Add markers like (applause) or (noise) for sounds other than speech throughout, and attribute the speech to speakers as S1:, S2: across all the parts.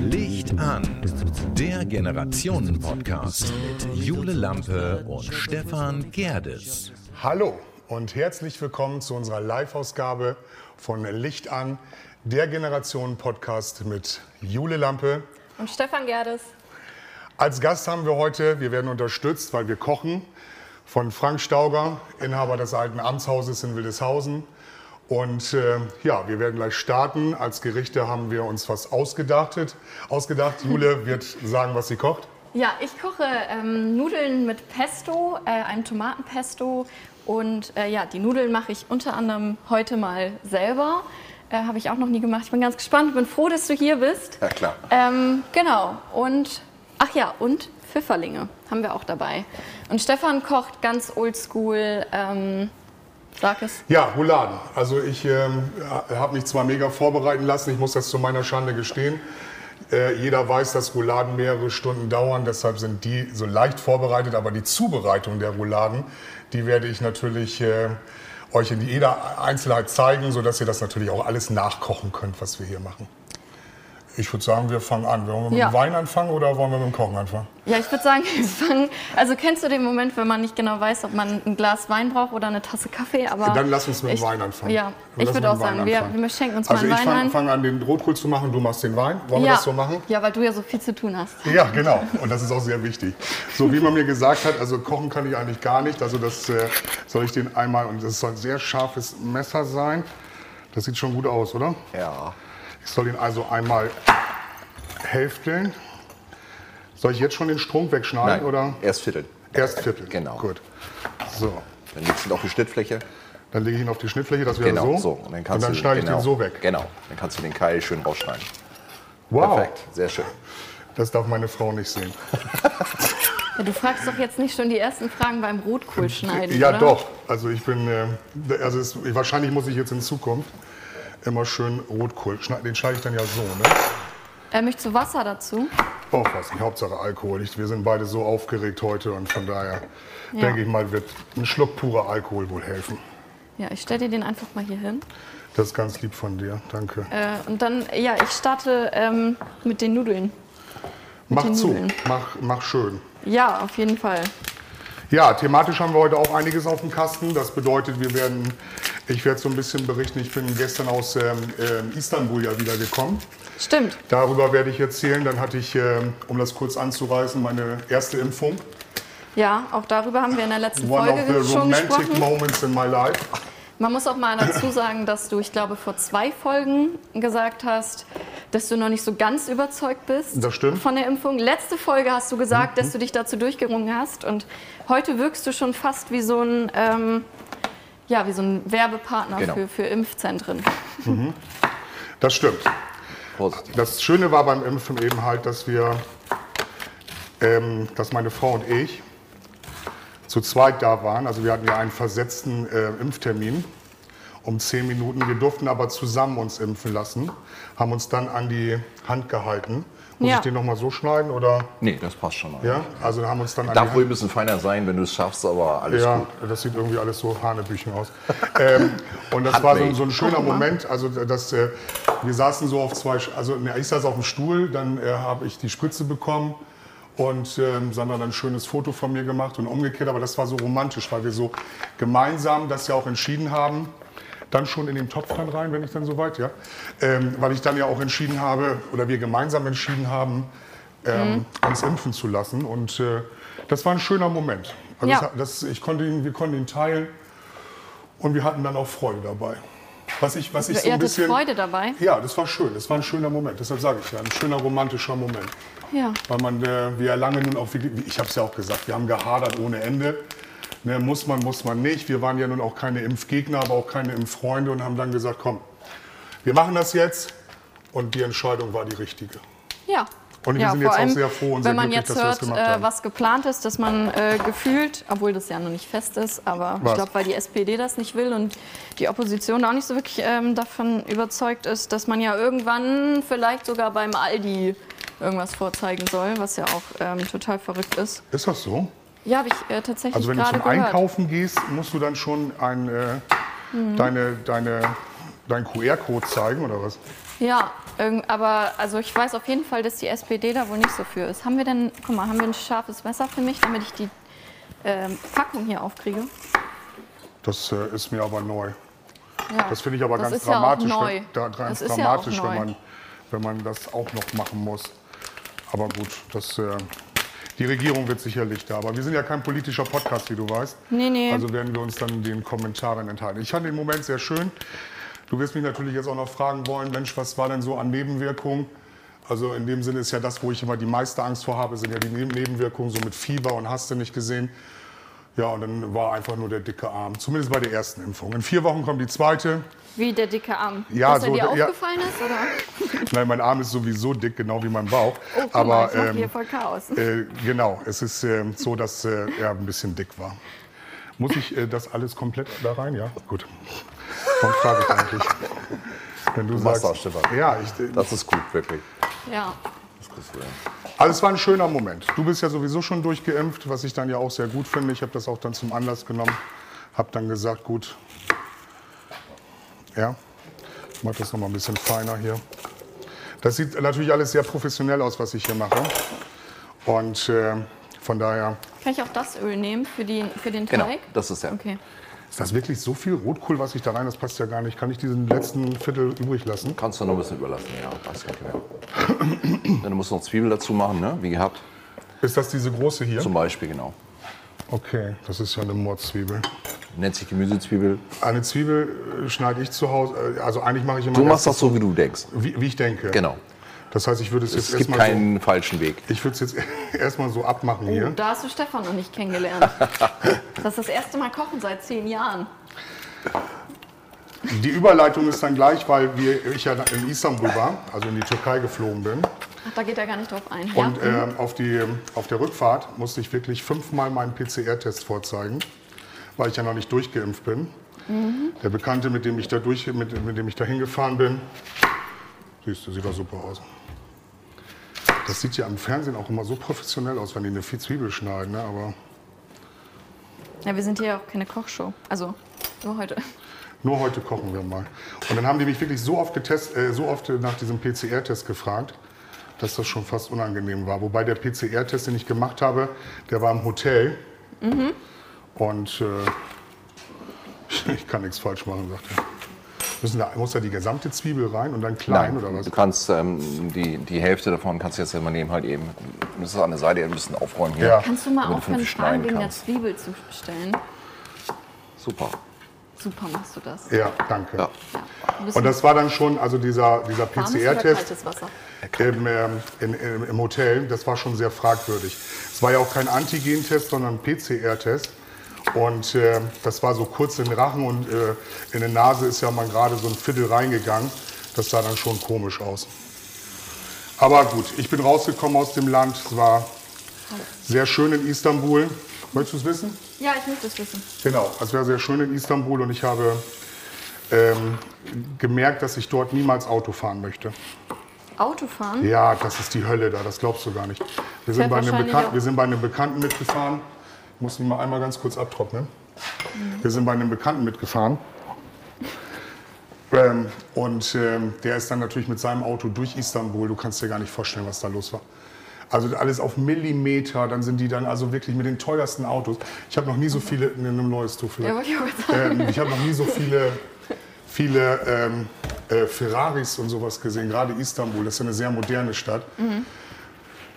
S1: Licht an, der Generationen-Podcast mit Jule Lampe und Stefan Gerdes.
S2: Hallo und herzlich willkommen zu unserer Live-Ausgabe von Licht an, der Generationen-Podcast mit Jule Lampe.
S3: Und Stefan Gerdes.
S2: Als Gast haben wir heute, wir werden unterstützt, weil wir kochen, von Frank Stauger, Inhaber des alten Amtshauses in Wildeshausen. Und äh, ja, wir werden gleich starten. Als Gerichte haben wir uns was ausgedachtet, ausgedacht. Jule wird sagen, was sie kocht.
S3: Ja, ich koche ähm, Nudeln mit Pesto, äh, einem Tomatenpesto. Und äh, ja, die Nudeln mache ich unter anderem heute mal selber. Äh, Habe ich auch noch nie gemacht. Ich bin ganz gespannt, bin froh, dass du hier bist.
S4: Ja, klar.
S3: Ähm, genau. Und ach ja, und Pfifferlinge haben wir auch dabei. Und Stefan kocht ganz oldschool. Ähm, sag es.
S2: Ja, Rouladen. Also ich ähm, habe mich zwar mega vorbereiten lassen, ich muss das zu meiner Schande gestehen. Äh, jeder weiß, dass Rouladen mehrere Stunden dauern, deshalb sind die so leicht vorbereitet, aber die Zubereitung der Rouladen, die werde ich natürlich äh, euch in jeder Einzelheit zeigen, sodass ihr das natürlich auch alles nachkochen könnt, was wir hier machen. Ich würde sagen, wir fangen an. Wollen wir mit
S3: Ja.
S2: dem Wein anfangen oder wollen wir mit dem Kochen anfangen?
S3: Ja, ich würde sagen, (laughs) wir fangen. Also kennst du den Moment, wenn man nicht genau weiß, ob man ein Glas Wein braucht oder eine Tasse Kaffee? Aber
S2: Dann lass uns mit dem
S3: ich,
S2: Wein anfangen.
S3: Ja,
S2: Lass
S3: ich
S2: mit
S3: würde auch
S2: dem Wein
S3: sagen, wir,
S2: anfangen.
S3: wir schenken uns
S2: Also ich
S3: mal einen Wein
S2: fange
S3: ein.
S2: fang an, den Rotkohl zu machen, du machst den Wein. Wollen wir das so machen?
S3: Ja, weil du ja so viel zu tun hast.
S2: Ja, genau. Und das ist auch sehr wichtig. So wie man mir gesagt hat, also kochen kann ich eigentlich gar nicht. Also das äh, soll ich den einmal, und das soll ein sehr scharfes Messer sein. Das sieht schon gut aus, oder?
S4: Ja.
S2: Ich soll ihn also einmal hälfteln. Soll ich jetzt schon den Strunk wegschneiden oder
S4: Erst vierteln.
S2: erst vierteln?
S4: Genau.
S2: Gut. So,
S4: Dann legst du ihn auf die Schnittfläche.
S2: dann lege ich ihn auf die Schnittfläche, das wäre
S4: genau,
S2: so.
S4: so. Und dann, kannst
S2: Und dann
S4: du,
S2: schneide
S4: genau,
S2: ich den so weg.
S4: Genau. Dann kannst du den Keil schön rausschneiden.
S2: Wow,
S4: Perfekt. Sehr schön.
S2: das darf meine Frau nicht sehen.
S3: Ja, du fragst doch jetzt nicht schon die ersten Fragen beim Rotkohlschneiden,
S2: Ja,
S3: oder?
S2: doch. Also ich bin, äh, also es, wahrscheinlich muss ich jetzt in Zukunft immer schön Rotkohl schneiden. Den schneide ich dann ja so, ne?
S3: Äh, möchtest du Wasser dazu?
S2: Auch was, nicht. Hauptsache Alkohol. Ich, wir sind beide so aufgeregt heute und von daher denke ich mal, wird ein Schluck purer Alkohol wohl helfen.
S3: Ja, ich stelle dir den einfach mal hier hin.
S2: Das ist ganz lieb von dir, danke.
S3: Äh, und dann, ja, ich starte ähm, mit den Nudeln.
S2: mach
S3: den
S2: zu,
S3: Nudeln.
S2: mach, mach schön.
S3: Ja, auf jeden Fall.
S2: Ja, thematisch haben wir heute auch einiges auf dem Kasten. Das bedeutet, wir werden, ich werde so ein bisschen berichten, ich bin gestern aus ähm, ähm, Istanbul ja wieder gekommen.
S3: Stimmt.
S2: Darüber werde ich erzählen. Dann hatte ich, ähm, um das kurz anzureißen, meine erste Impfung.
S3: Ja, auch darüber haben wir in der letzten
S2: One of
S3: Folge
S2: the
S3: schon
S2: romantic
S3: gesprochen.
S2: moments in my life.
S3: Man muss auch mal dazu sagen, dass du, ich glaube, vor zwei Folgen gesagt hast, dass du noch nicht so ganz überzeugt bist
S2: Das stimmt. Mhm.
S3: von der Impfung. Letzte Folge hast du gesagt, dass du dich dazu durchgerungen hast. Und heute wirkst du schon fast wie so ein, ähm, ja, wie so ein Werbepartner
S4: Genau.
S3: für, für Impfzentren. Also
S2: Das stimmt.
S4: Prost.
S2: Das Schöne war beim Impfen eben halt, dass wir, ähm, dass meine Frau und ich zu zweit da waren. Also wir hatten ja einen versetzten äh, Impftermin um zehn Minuten. Wir durften aber zusammen uns impfen lassen, haben uns dann an die Hand gehalten. Muss
S3: Ja.
S2: ich den nochmal so schneiden oder?
S4: Nee, das passt schon mal.
S2: Ja, also haben uns dann an die
S4: Darf wohl ein bisschen feiner sein, wenn du es schaffst, aber alles
S2: Ja,
S4: gut.
S2: das sieht irgendwie alles so Hanebüchen aus. ähm, und das war so, ein- so ein schöner Moment. Also das, äh, wir saßen so auf zwei, Sch- also ne, ich saß auf dem Stuhl, dann äh, habe ich die Spritze bekommen und ähm, Sandra hat ein schönes Foto von mir gemacht und umgekehrt. Aber das war so romantisch, weil wir so gemeinsam das ja auch entschieden haben. Dann schon in den Topf dann rein, wenn ich dann soweit, ja. Ähm, weil ich dann ja auch entschieden habe, oder wir gemeinsam entschieden haben, ähm,
S3: Mhm.
S2: uns impfen zu lassen. Und äh, das war ein schöner Moment. Also
S3: Ja.
S2: es hat- das, ich konnte ihn, wir konnten ihn teilen und wir hatten dann auch Freude dabei. Was ich, was ich so
S3: Ihr
S2: ein
S3: hattet
S2: bisschen,
S3: Freude dabei.
S2: Ja, das war schön. Das war ein schöner Moment. Deshalb sage ich ja, ein schöner romantischer Moment.
S3: Ja.
S2: Weil man, äh, wir ja lange nun auch, wirklich- ich habe es ja auch gesagt, wir haben gehadert ohne Ende. Ne, muss man, muss man nicht. Wir waren ja nun auch keine Impfgegner, aber auch keine Impffreunde und haben dann gesagt, komm, wir machen das jetzt. Und die Entscheidung war die richtige.
S3: Ja.
S2: Und wir
S3: ja,
S2: sind
S3: vor
S2: jetzt auch
S3: allem,
S2: sehr froh und
S3: wenn
S2: sehr
S3: man
S2: glücklich,
S3: jetzt
S2: dass wir das
S3: hört,
S2: gemacht haben.
S3: äh, was geplant ist, dass man äh, gefühlt, obwohl das ja noch nicht fest ist, aber
S2: Was?
S3: ich glaube, weil die SPD das nicht will und die Opposition auch nicht so wirklich ähm, davon überzeugt ist, dass man ja irgendwann vielleicht sogar beim Aldi irgendwas vorzeigen soll, was ja auch ähm, total verrückt ist.
S2: Ist das so?
S3: Ja, habe ich äh, tatsächlich
S2: Also wenn du
S3: gerade
S2: zum
S3: gehört.
S2: Einkaufen gehst, musst du dann schon ein, äh,
S3: Mhm.
S2: deine, deine, deinen QR-Code zeigen oder was?
S3: Ja, irgend- aber also ich weiß auf jeden Fall, dass die SPD da wohl nicht so für ist. Haben wir denn, guck mal, haben wir ein scharfes Messer für mich, damit ich die ähm, Packung hier aufkriege?
S2: Das äh, ist mir aber neu.
S3: Ja.
S2: Das finde ich aber
S3: Das
S2: ganz
S3: ist ja auch
S2: dramatisch,
S3: neu.
S2: wenn- da, ganz
S3: Das ist ja auch
S2: dramatisch
S3: neu.
S2: wenn, man, wenn man das auch noch machen muss. Aber gut, das, äh, die Regierung wird sicherlich da. Aber wir sind ja kein politischer Podcast, wie du weißt.
S3: Nee, nee.
S2: Also werden wir uns dann den Kommentaren enthalten. Ich fand den Moment sehr schön. Du wirst mich natürlich jetzt auch noch fragen wollen, Mensch, was war denn so an Nebenwirkungen? Also in dem Sinne ist ja das, wo ich immer die meiste Angst vor habe, sind ja die Neb- Nebenwirkungen, so mit Fieber und hast du nicht gesehen. Ja, und dann war einfach nur der dicke Arm, zumindest bei der ersten Impfung. In vier Wochen kommt die zweite.
S3: Wie der dicke Arm.
S2: Ja,
S3: dass er
S2: so
S3: dir
S2: der- ja.
S3: aufgefallen ist, oder?
S2: Nein, mein Arm ist sowieso dick, genau wie mein Bauch.
S3: Oh, guck mal,
S2: Aber
S3: ich mach hier
S2: ähm,
S3: voll Chaos.
S2: äh, genau, es ist ähm, so, dass äh, er ein bisschen dick war. Muss ich äh, das alles komplett da rein? Ja, gut. Warum frage ich eigentlich? Wenn du
S4: machst
S2: sagst,
S4: das, Stefan.
S2: ja, ich, äh,
S4: Das ist gut, wirklich.
S3: ja.
S4: Das äh, kriegst du hin.
S2: Also es war ein schöner Moment. Du bist ja sowieso schon durchgeimpft, was ich dann ja auch sehr gut finde. Ich habe das auch dann zum Anlass genommen, habe dann gesagt, gut, ja, ich mache das noch mal ein bisschen feiner hier. Das sieht natürlich alles sehr professionell aus, was ich hier mache. Und äh, von daher,
S3: Kann ich auch das Öl nehmen für, die, für den
S4: Genau,
S3: Teig?
S4: das ist ja.
S3: Okay.
S2: ist das wirklich so viel Rotkohl, was ich da rein, das passt ja gar nicht. Kann ich diesen letzten Viertel übrig lassen?
S4: Kannst du noch ein bisschen überlassen, ja. Passt gar nicht mehr. Dann musst du noch Zwiebel dazu machen, ne? wie gehabt.
S2: Ist das diese große hier?
S4: Zum Beispiel, genau.
S2: Okay, das ist ja eine Mordzwiebel.
S4: Nennt sich Gemüsezwiebel.
S2: Eine Zwiebel äh, schneide ich zu Hause, äh, also eigentlich mache ich immer
S4: Du
S2: erst-
S4: machst das so, wie du denkst.
S2: Wie, wie ich denke.
S4: Genau.
S2: Das heißt, ich würde es
S4: Es
S2: jetzt
S4: gibt
S2: erstmal so,
S4: keinen falschen Weg.
S2: ich würde es jetzt (laughs) erstmal so abmachen
S3: Oh,
S2: hier.
S3: da hast du Stefan noch nicht
S2: (laughs)
S3: kennengelernt. Das ist das erste Mal kochen seit zehn Jahren.
S2: Die Überleitung ist dann gleich, weil wir, ich ja in Istanbul war, also in die Türkei geflogen bin.
S3: Ach, da geht er gar nicht drauf ein.
S2: Und
S3: ja.
S2: ähm, auf, die, auf der Rückfahrt musste ich wirklich fünfmal meinen PCR-Test vorzeigen, weil ich ja noch nicht durchgeimpft bin. Der Bekannte, mit dem ich da durch, mit, mit dem ich da hingefahren bin, siehst du, sieht doch super aus. Das sieht ja am Fernsehen auch immer so professionell aus, wenn die eine viel Zwiebel schneiden, ne? aber
S3: ja, wir sind hier auch keine Kochshow. Also nur heute.
S2: Nur heute kochen wir mal. Und dann haben die mich wirklich so oft, getest, äh, so oft nach diesem PCR-Test gefragt, dass das schon fast unangenehm war. Wobei der PCR-Test, den ich gemacht habe, der war im Hotel. Und äh, (laughs) ich kann nichts falsch machen, sagt er. Müssen da, muss da die gesamte Zwiebel rein und dann klein oder was?
S4: du kannst ähm, die, die Hälfte davon kannst du jetzt immer nehmen, halt eben. Du musst es an der Seite ein bisschen aufräumen hier.
S2: Ja.
S3: Kannst du mal
S4: damit
S3: aufhören,
S4: vernünftig
S3: Fragen
S4: schneiden
S3: wegen der
S4: kannst.
S3: Zwiebel zu stellen?
S4: Super.
S3: Super machst du das.
S2: Ja, danke.
S4: Ja.
S3: Ja. Ein bisschen
S2: Und das war dann schon, also dieser, dieser
S3: warmes oder
S2: PCR-Test.
S3: kaltes Wasser?
S2: im, ähm, in, im, im Hotel, das war schon sehr fragwürdig. Es war ja auch kein Antigen-Test, sondern ein PCR-Test. Und äh, das war so kurz in den Rachen und äh, in der Nase ist ja mal gerade so ein Viertel reingegangen. Das sah dann schon komisch aus. Aber gut, ich bin rausgekommen aus dem Land. Es war sehr schön in Istanbul. Möchtest du es wissen?
S3: Ja, ich möchte es wissen.
S2: Genau, es wäre sehr schön in Istanbul und ich habe ähm, gemerkt, dass ich dort niemals Auto fahren möchte.
S3: Autofahren?
S2: Ja, das ist die Hölle da, das glaubst du gar nicht. Wir sind, bei einem,
S3: wahrscheinlich
S2: Bekan
S3: auch.
S2: wir sind bei einem Bekannten mitgefahren. Ich muss mich mal einmal ganz kurz abtrocknen.
S3: Mhm.
S2: Wir sind bei einem Bekannten mitgefahren. Ähm, und ähm, der ist dann natürlich mit seinem Auto durch Istanbul. Du kannst dir gar nicht vorstellen, was da los war. Also alles auf Millimeter, dann sind die dann also wirklich mit den teuersten Autos. Ich habe noch nie so viele, ne, nimm ein neues Tuch
S3: Ja,
S2: vielleicht.
S3: wollte ich auch gerade sagen.
S2: Ähm, ich habe noch nie so viele, viele ähm, äh, Ferraris und sowas gesehen. Gerade Istanbul, das ist ja eine sehr moderne Stadt.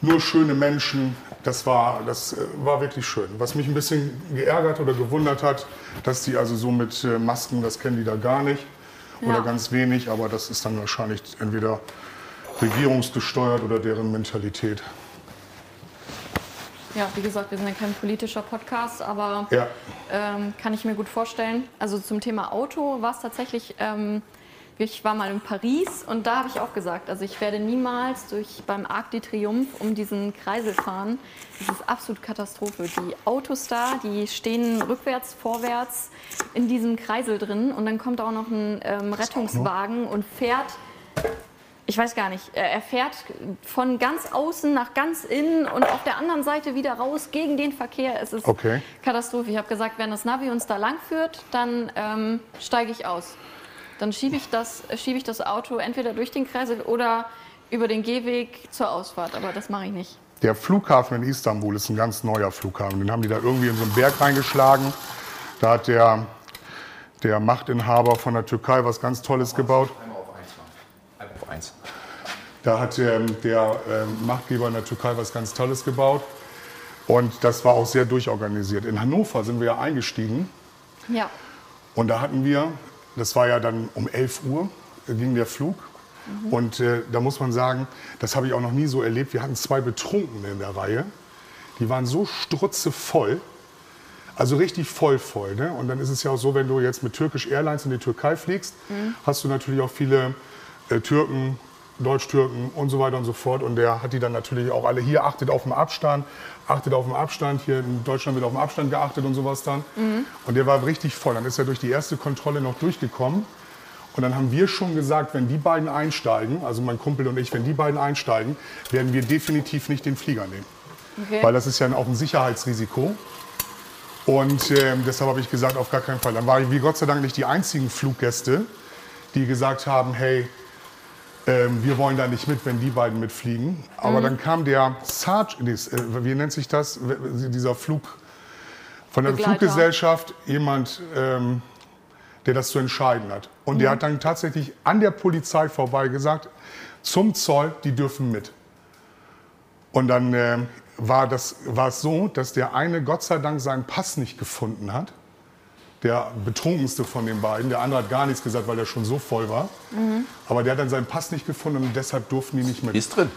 S2: Nur schöne Menschen. Das war, das äh, war wirklich schön. Was mich ein bisschen geärgert oder gewundert hat, dass die also so mit äh, Masken, das kennen die da gar nicht.
S3: Ja.
S2: Oder ganz wenig, aber das ist dann wahrscheinlich entweder regierungsgesteuert oder deren Mentalität.
S3: Ja, wie gesagt, wir sind ja kein politischer Podcast, aber
S2: Ja.
S3: ähm, kann ich mir gut vorstellen. Also zum Thema Auto war es tatsächlich, ähm, ich war mal in Paris und da habe ich auch gesagt, also ich werde niemals durch beim Arc de Triomphe um diesen Kreisel fahren. Das ist absolut Katastrophe. Die Autos da, die stehen rückwärts, vorwärts in diesem Kreisel drin und dann kommt auch noch ein ähm, Rettungswagen und fährt ich weiß gar nicht, äh, er fährt von ganz außen nach ganz innen und auf der anderen Seite wieder raus gegen den Verkehr. Es ist
S2: Okay.
S3: Katastrophe. Ich habe gesagt, wenn das Navi uns da lang führt, dann ähm, steige ich aus. Dann schiebe ich, das, äh, schiebe ich das Auto entweder durch den Kreisel oder über den Gehweg zur Ausfahrt. Aber das mache ich nicht.
S2: Der Flughafen in Istanbul ist ein ganz neuer Flughafen. Den haben die da irgendwie in so einen Berg reingeschlagen. Da hat der, der Machtinhaber von der Türkei was ganz Tolles gebaut.
S4: Einmal auf eins machen. Einmal auf eins.
S2: Da hat ähm, der ähm, Machtgeber in der Türkei was ganz Tolles gebaut. Und das war auch sehr durchorganisiert. In Hannover sind wir ja eingestiegen.
S3: Ja,
S2: Und da hatten wir, das war ja dann um 11 Uhr, äh, ging der Flug. Und äh, da muss man sagen, das habe ich auch noch nie so erlebt. Wir hatten zwei Betrunkene in der Reihe. Die waren so strutzevoll. Also richtig voll voll. Ne? Und dann ist es ja auch so, wenn du jetzt mit Turkish Airlines in die Türkei fliegst, hast du natürlich auch viele äh, Türken, Deutsch-Türken und so weiter und so fort. Und der hat die dann natürlich auch alle hier, achtet auf den Abstand, achtet auf den Abstand. Hier in Deutschland wird auf den Abstand geachtet und sowas dann. Und der war richtig voll. Dann ist er durch die erste Kontrolle noch durchgekommen. Und dann haben wir schon gesagt, wenn die beiden einsteigen, also mein Kumpel und ich, wenn die beiden einsteigen, werden wir definitiv nicht den Flieger nehmen.
S3: okay.
S2: Weil das ist ja auch ein Sicherheitsrisiko. Und ähm, deshalb habe ich gesagt, auf gar keinen Fall. Dann waren wir Gott sei Dank nicht die einzigen Fluggäste, die gesagt haben, hey, ähm, wir wollen da nicht mit, wenn die beiden mitfliegen.
S3: Mhm.
S2: Aber dann kam der Sarge, nee, äh, wie nennt sich das, dieser Flug, von der
S3: Begleiter.
S2: Fluggesellschaft, jemand, ähm, der das zu entscheiden hat. Und
S3: Mhm.
S2: der hat dann tatsächlich an der Polizei vorbei gesagt, zum Zoll, die dürfen mit. Und dann ähm, war, das, war es so, dass der eine Gott sei Dank seinen Pass nicht gefunden hat. Der betrunkenste von den beiden. Der andere hat gar nichts gesagt, weil er schon so voll war. Aber der hat dann seinen Pass nicht gefunden und deshalb durften die nicht mit.
S4: Ist drin.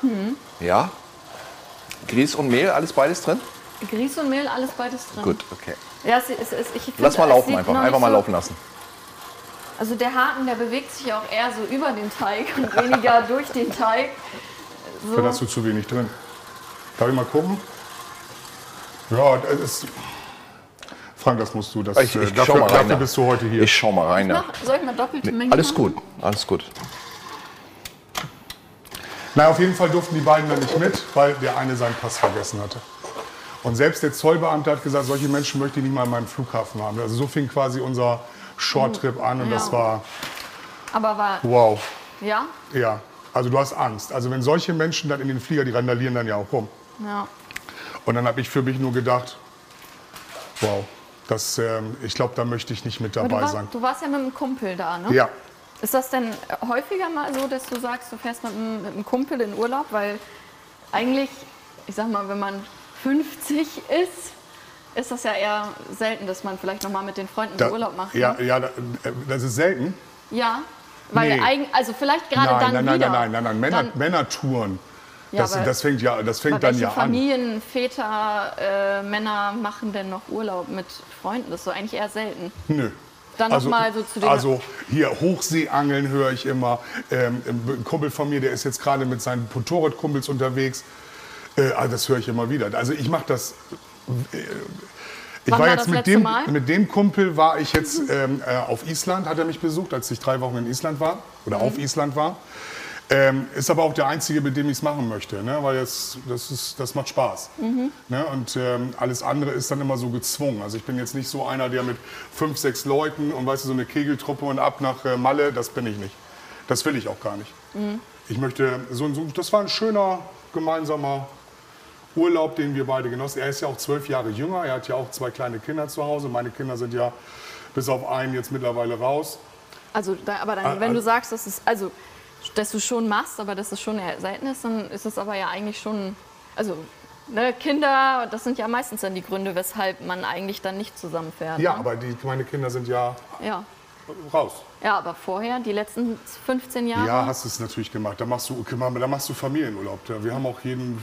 S3: Mhm.
S4: Ja. Grieß und Mehl, alles beides drin?
S3: Grieß und Mehl, alles beides drin.
S4: Gut, okay.
S3: Ja, es, es, es, ich find,
S4: Lass mal
S3: es
S4: laufen
S3: sieht
S4: einfach.
S3: noch nicht
S4: Einfach mal
S3: so-
S4: laufen lassen.
S3: Also der Haken, der bewegt sich auch eher so über den Teig und weniger (laughs) durch den Teig.
S2: Da hast du zu wenig drin. Darf ich mal gucken? Ja, das ist. Frank, das musst du. Das,
S4: Ich,
S2: äh,
S4: ich schau
S2: dafür,
S4: mal rein.
S2: dafür
S4: da.
S2: bist du heute hier.
S4: Ich schau mal rein. da.
S3: Mach, soll ich mal doppelte Menge
S4: Alles
S3: machen?
S4: gut, alles gut.
S2: Na, auf jeden Fall durften die beiden dann nicht mit, weil der eine seinen Pass vergessen hatte. Und selbst der Zollbeamte hat gesagt, solche Menschen möchte ich nicht mal in meinem Flughafen haben. Also so fing quasi unser Short-Trip an und das
S3: Ja.
S2: war
S3: Aber war,
S2: wow.
S3: ja?
S2: Ja, also du hast Angst. Also wenn solche Menschen dann in den Flieger, die randalieren dann ja auch rum.
S3: Ja.
S2: Und dann habe ich für mich nur gedacht, wow, das, ähm, ich glaube, da möchte ich nicht mit
S3: Aber du,
S2: dabei sein.
S3: warst, du warst ja mit einem Kumpel da, ne?
S2: Ja,
S3: Ist das denn häufiger mal so, dass du sagst, du fährst mit einem, mit einem Kumpel in Urlaub? Weil eigentlich, ich sag mal, wenn man 50 ist, ist das ja eher selten, dass man vielleicht nochmal mit den Freunden
S2: da,
S3: Urlaub macht.
S2: ja,
S3: ne?
S2: ja, da- äh, das ist selten.
S3: ja. Weil
S2: Nee.
S3: eigen, also vielleicht gerade
S2: nein,
S3: dann
S2: nein, nein,
S3: wieder.
S2: nein, nein, nein, nein, Männer,
S3: Dann-
S2: Männertouren.
S3: Ja,
S2: das,
S3: aber-
S2: das fängt ja, das fängt
S3: Aber
S2: dann
S3: welche
S2: ja an.
S3: Familien, Väter, äh, Männer machen denn noch Urlaub mit Freunden? Das ist so eigentlich eher selten.
S2: Nö.
S3: Dann noch mal so zu den-
S2: Also hier Hochseeangeln höre ich immer. Ähm, ein Kumpel von mir, der ist jetzt gerade mit seinen Motorradkumpels unterwegs. Äh, also das höre ich immer wieder. Also ich mache das. Äh, ich
S3: Wann
S2: war
S3: war
S2: jetzt
S3: das
S2: mit
S3: letzte
S2: dem,
S3: Mal?
S2: mit dem Kumpel war ich jetzt ähm, äh, auf Island, hat er mich besucht, als ich drei Wochen in Island war oder
S3: Mhm.
S2: auf Island war. Ähm, ist aber auch der einzige, mit dem ich es machen möchte, ne? weil das, das, ist, das macht Spaß.
S3: Mhm.
S2: Ne? Und ähm, alles andere ist dann immer so gezwungen. Also ich bin jetzt nicht so einer, der mit fünf, sechs Leuten und weißt du, so eine Kegeltruppe und ab nach äh, Malle, das bin ich nicht. Das will ich auch gar nicht.
S3: Mhm.
S2: Ich möchte, so, ein- so, das war ein schöner gemeinsamer Urlaub, den wir beide genossen. Er ist ja auch zwölf Jahre jünger, er hat ja auch zwei kleine Kinder zu Hause. Meine Kinder sind ja bis auf einen jetzt mittlerweile raus.
S3: Also, da, aber
S2: Ah,
S3: dann, wenn
S2: ah.
S3: du sagst, dass es, also, dass du schon machst, aber dass es schon eher selten ist, dann ist es aber ja eigentlich schon, also, ne, Kinder, das sind ja meistens dann die Gründe, weshalb man eigentlich dann nicht zusammenfährt.
S2: Ja,
S3: ne?
S2: aber die, meine Kinder sind ja
S3: ja.
S2: raus.
S3: Ja, aber vorher, die letzten 15 Jahre.
S2: Ja, hast du es natürlich gemacht. Da machst du, da machst du Familienurlaub. Da- Wir haben auch jeden,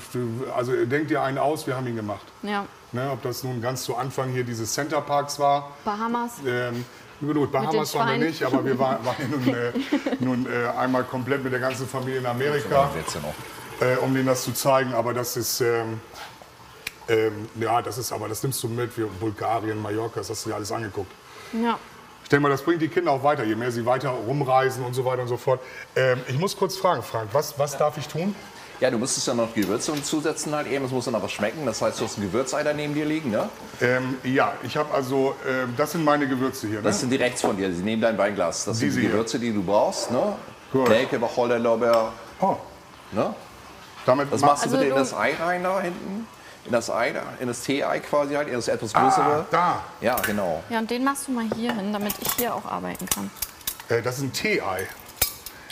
S2: also denk dir einen aus, wir haben ihn gemacht.
S3: Ja.
S2: Ne, ob das nun ganz zu Anfang hier dieses Center Parks war.
S3: Bahamas.
S2: Ähm, gut, Bahamas
S3: den
S2: waren wir
S3: Schweinen.
S2: nicht, aber wir waren, waren nun, äh, nun äh, einmal komplett mit der ganzen Familie in Amerika,
S4: Jetzt ja noch.
S2: äh, um denen das zu zeigen. Aber das ist, ähm, ähm, ja, das ist, aber das nimmst du mit. Wir, Bulgarien, Mallorca, das hast du dir alles angeguckt.
S3: Ja.
S2: Ich denke mal, das bringt die Kinder auch weiter, je mehr sie weiter rumreisen und so weiter und so fort. Ähm, ich muss kurz fragen, Frank, was, was darf ich tun?
S4: Ja, du müsstest ja noch Gewürze und zusetzen halt eben. Es muss dann aber schmecken. Das heißt, du hast ein Gewürzei da neben dir liegen, ne?
S2: Ähm, ja, ich habe also, ähm, das sind meine Gewürze hier. Ne?
S4: Das sind die rechts von dir. Sie nehmen dein Weinglas. Das sind
S2: Diese
S4: die
S2: hier.
S4: Gewürze, die du brauchst, ne?
S2: Gut.
S4: Nelke, Wacholderlorbeer,
S2: oh,
S4: ne?
S2: damit
S4: Das
S2: ma-
S4: machst
S3: Also
S4: du bitte in
S3: du-
S4: das Ei rein da hinten. In das Ei, da, in das Tee-Ei quasi halt, in das etwas
S2: ah,
S4: größere.
S2: da.
S4: ja, genau.
S3: Ja, und den machst du mal hier hin, damit ich hier auch arbeiten kann.
S2: Äh, das ist ein Tee-Ei.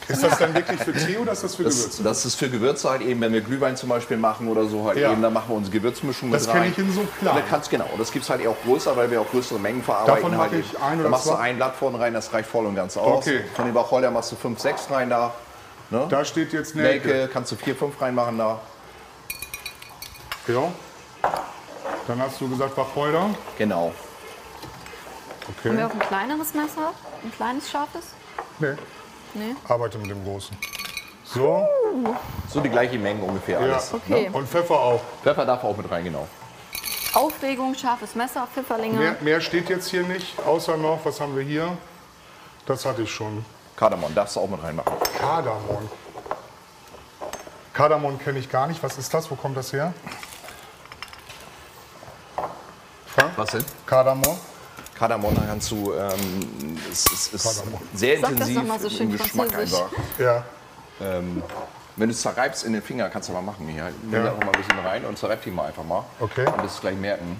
S2: Ist das dann wirklich für Tee oder ist das für
S4: Das,
S2: Gewürze?
S4: das ist für Gewürze halt eben, wenn wir Glühwein zum Beispiel machen oder so halt
S2: Ja.
S4: eben, dann machen wir unsere Gewürzmischung
S2: Das
S4: mit
S2: kenn
S4: rein.
S2: ich in so klein.
S4: Und dann kannst, genau, das gibt es halt eben auch größer, weil wir auch größere Mengen verarbeiten.
S2: Davon
S4: halt
S2: mache
S4: eben.
S2: ich ein oder
S4: Dann machst du
S2: zwei?
S4: ein Blatt vorne rein, das reicht voll und ganz aus.
S2: Okay.
S4: Von dem Wacholder machst du 5, 6 rein da. Ne?
S2: Da steht jetzt Nelke.
S4: Nelke kannst du 4, 5 reinmachen da.
S2: Ja. Dann hast du gesagt Wacholder.
S4: Genau.
S3: Haben wir
S2: Okay.
S3: auch ein kleineres Messer? Ein kleines, scharfes?
S2: Nee.
S3: Nee.
S2: Arbeite mit dem Großen. So.
S4: So die gleiche Menge ungefähr
S2: Ja. ne?
S4: alles.
S3: Oh, Okay.
S2: Und Pfeffer auch.
S4: Pfeffer darf auch mit rein, genau.
S3: Aufregung, scharfes Messer, Pfifferlinge.
S2: Mehr, mehr steht jetzt hier nicht, außer noch, was haben wir hier? Das hatte ich schon.
S4: Kardamom darfst du auch mit reinmachen.
S2: Kardamom. Kardamom kenne ich gar nicht. Was ist das? Wo kommt das her? Frank?
S4: Was denn?
S2: Kardamom?
S4: Kardamom kannst du, ähm, es, es ist
S2: Kardamom.
S4: sehr
S3: Sag das
S4: intensiv
S3: noch mal so schön
S4: im Geschmack
S3: französisch.
S4: einfach.
S2: Ja.
S4: Wenn du es zerreibst in den Finger, kannst du mal machen hier. Nimm
S2: Ja.
S4: da einfach mal ein bisschen rein und zerreib die mal einfach mal.
S2: Okay.
S4: Dann wirst du gleich merken.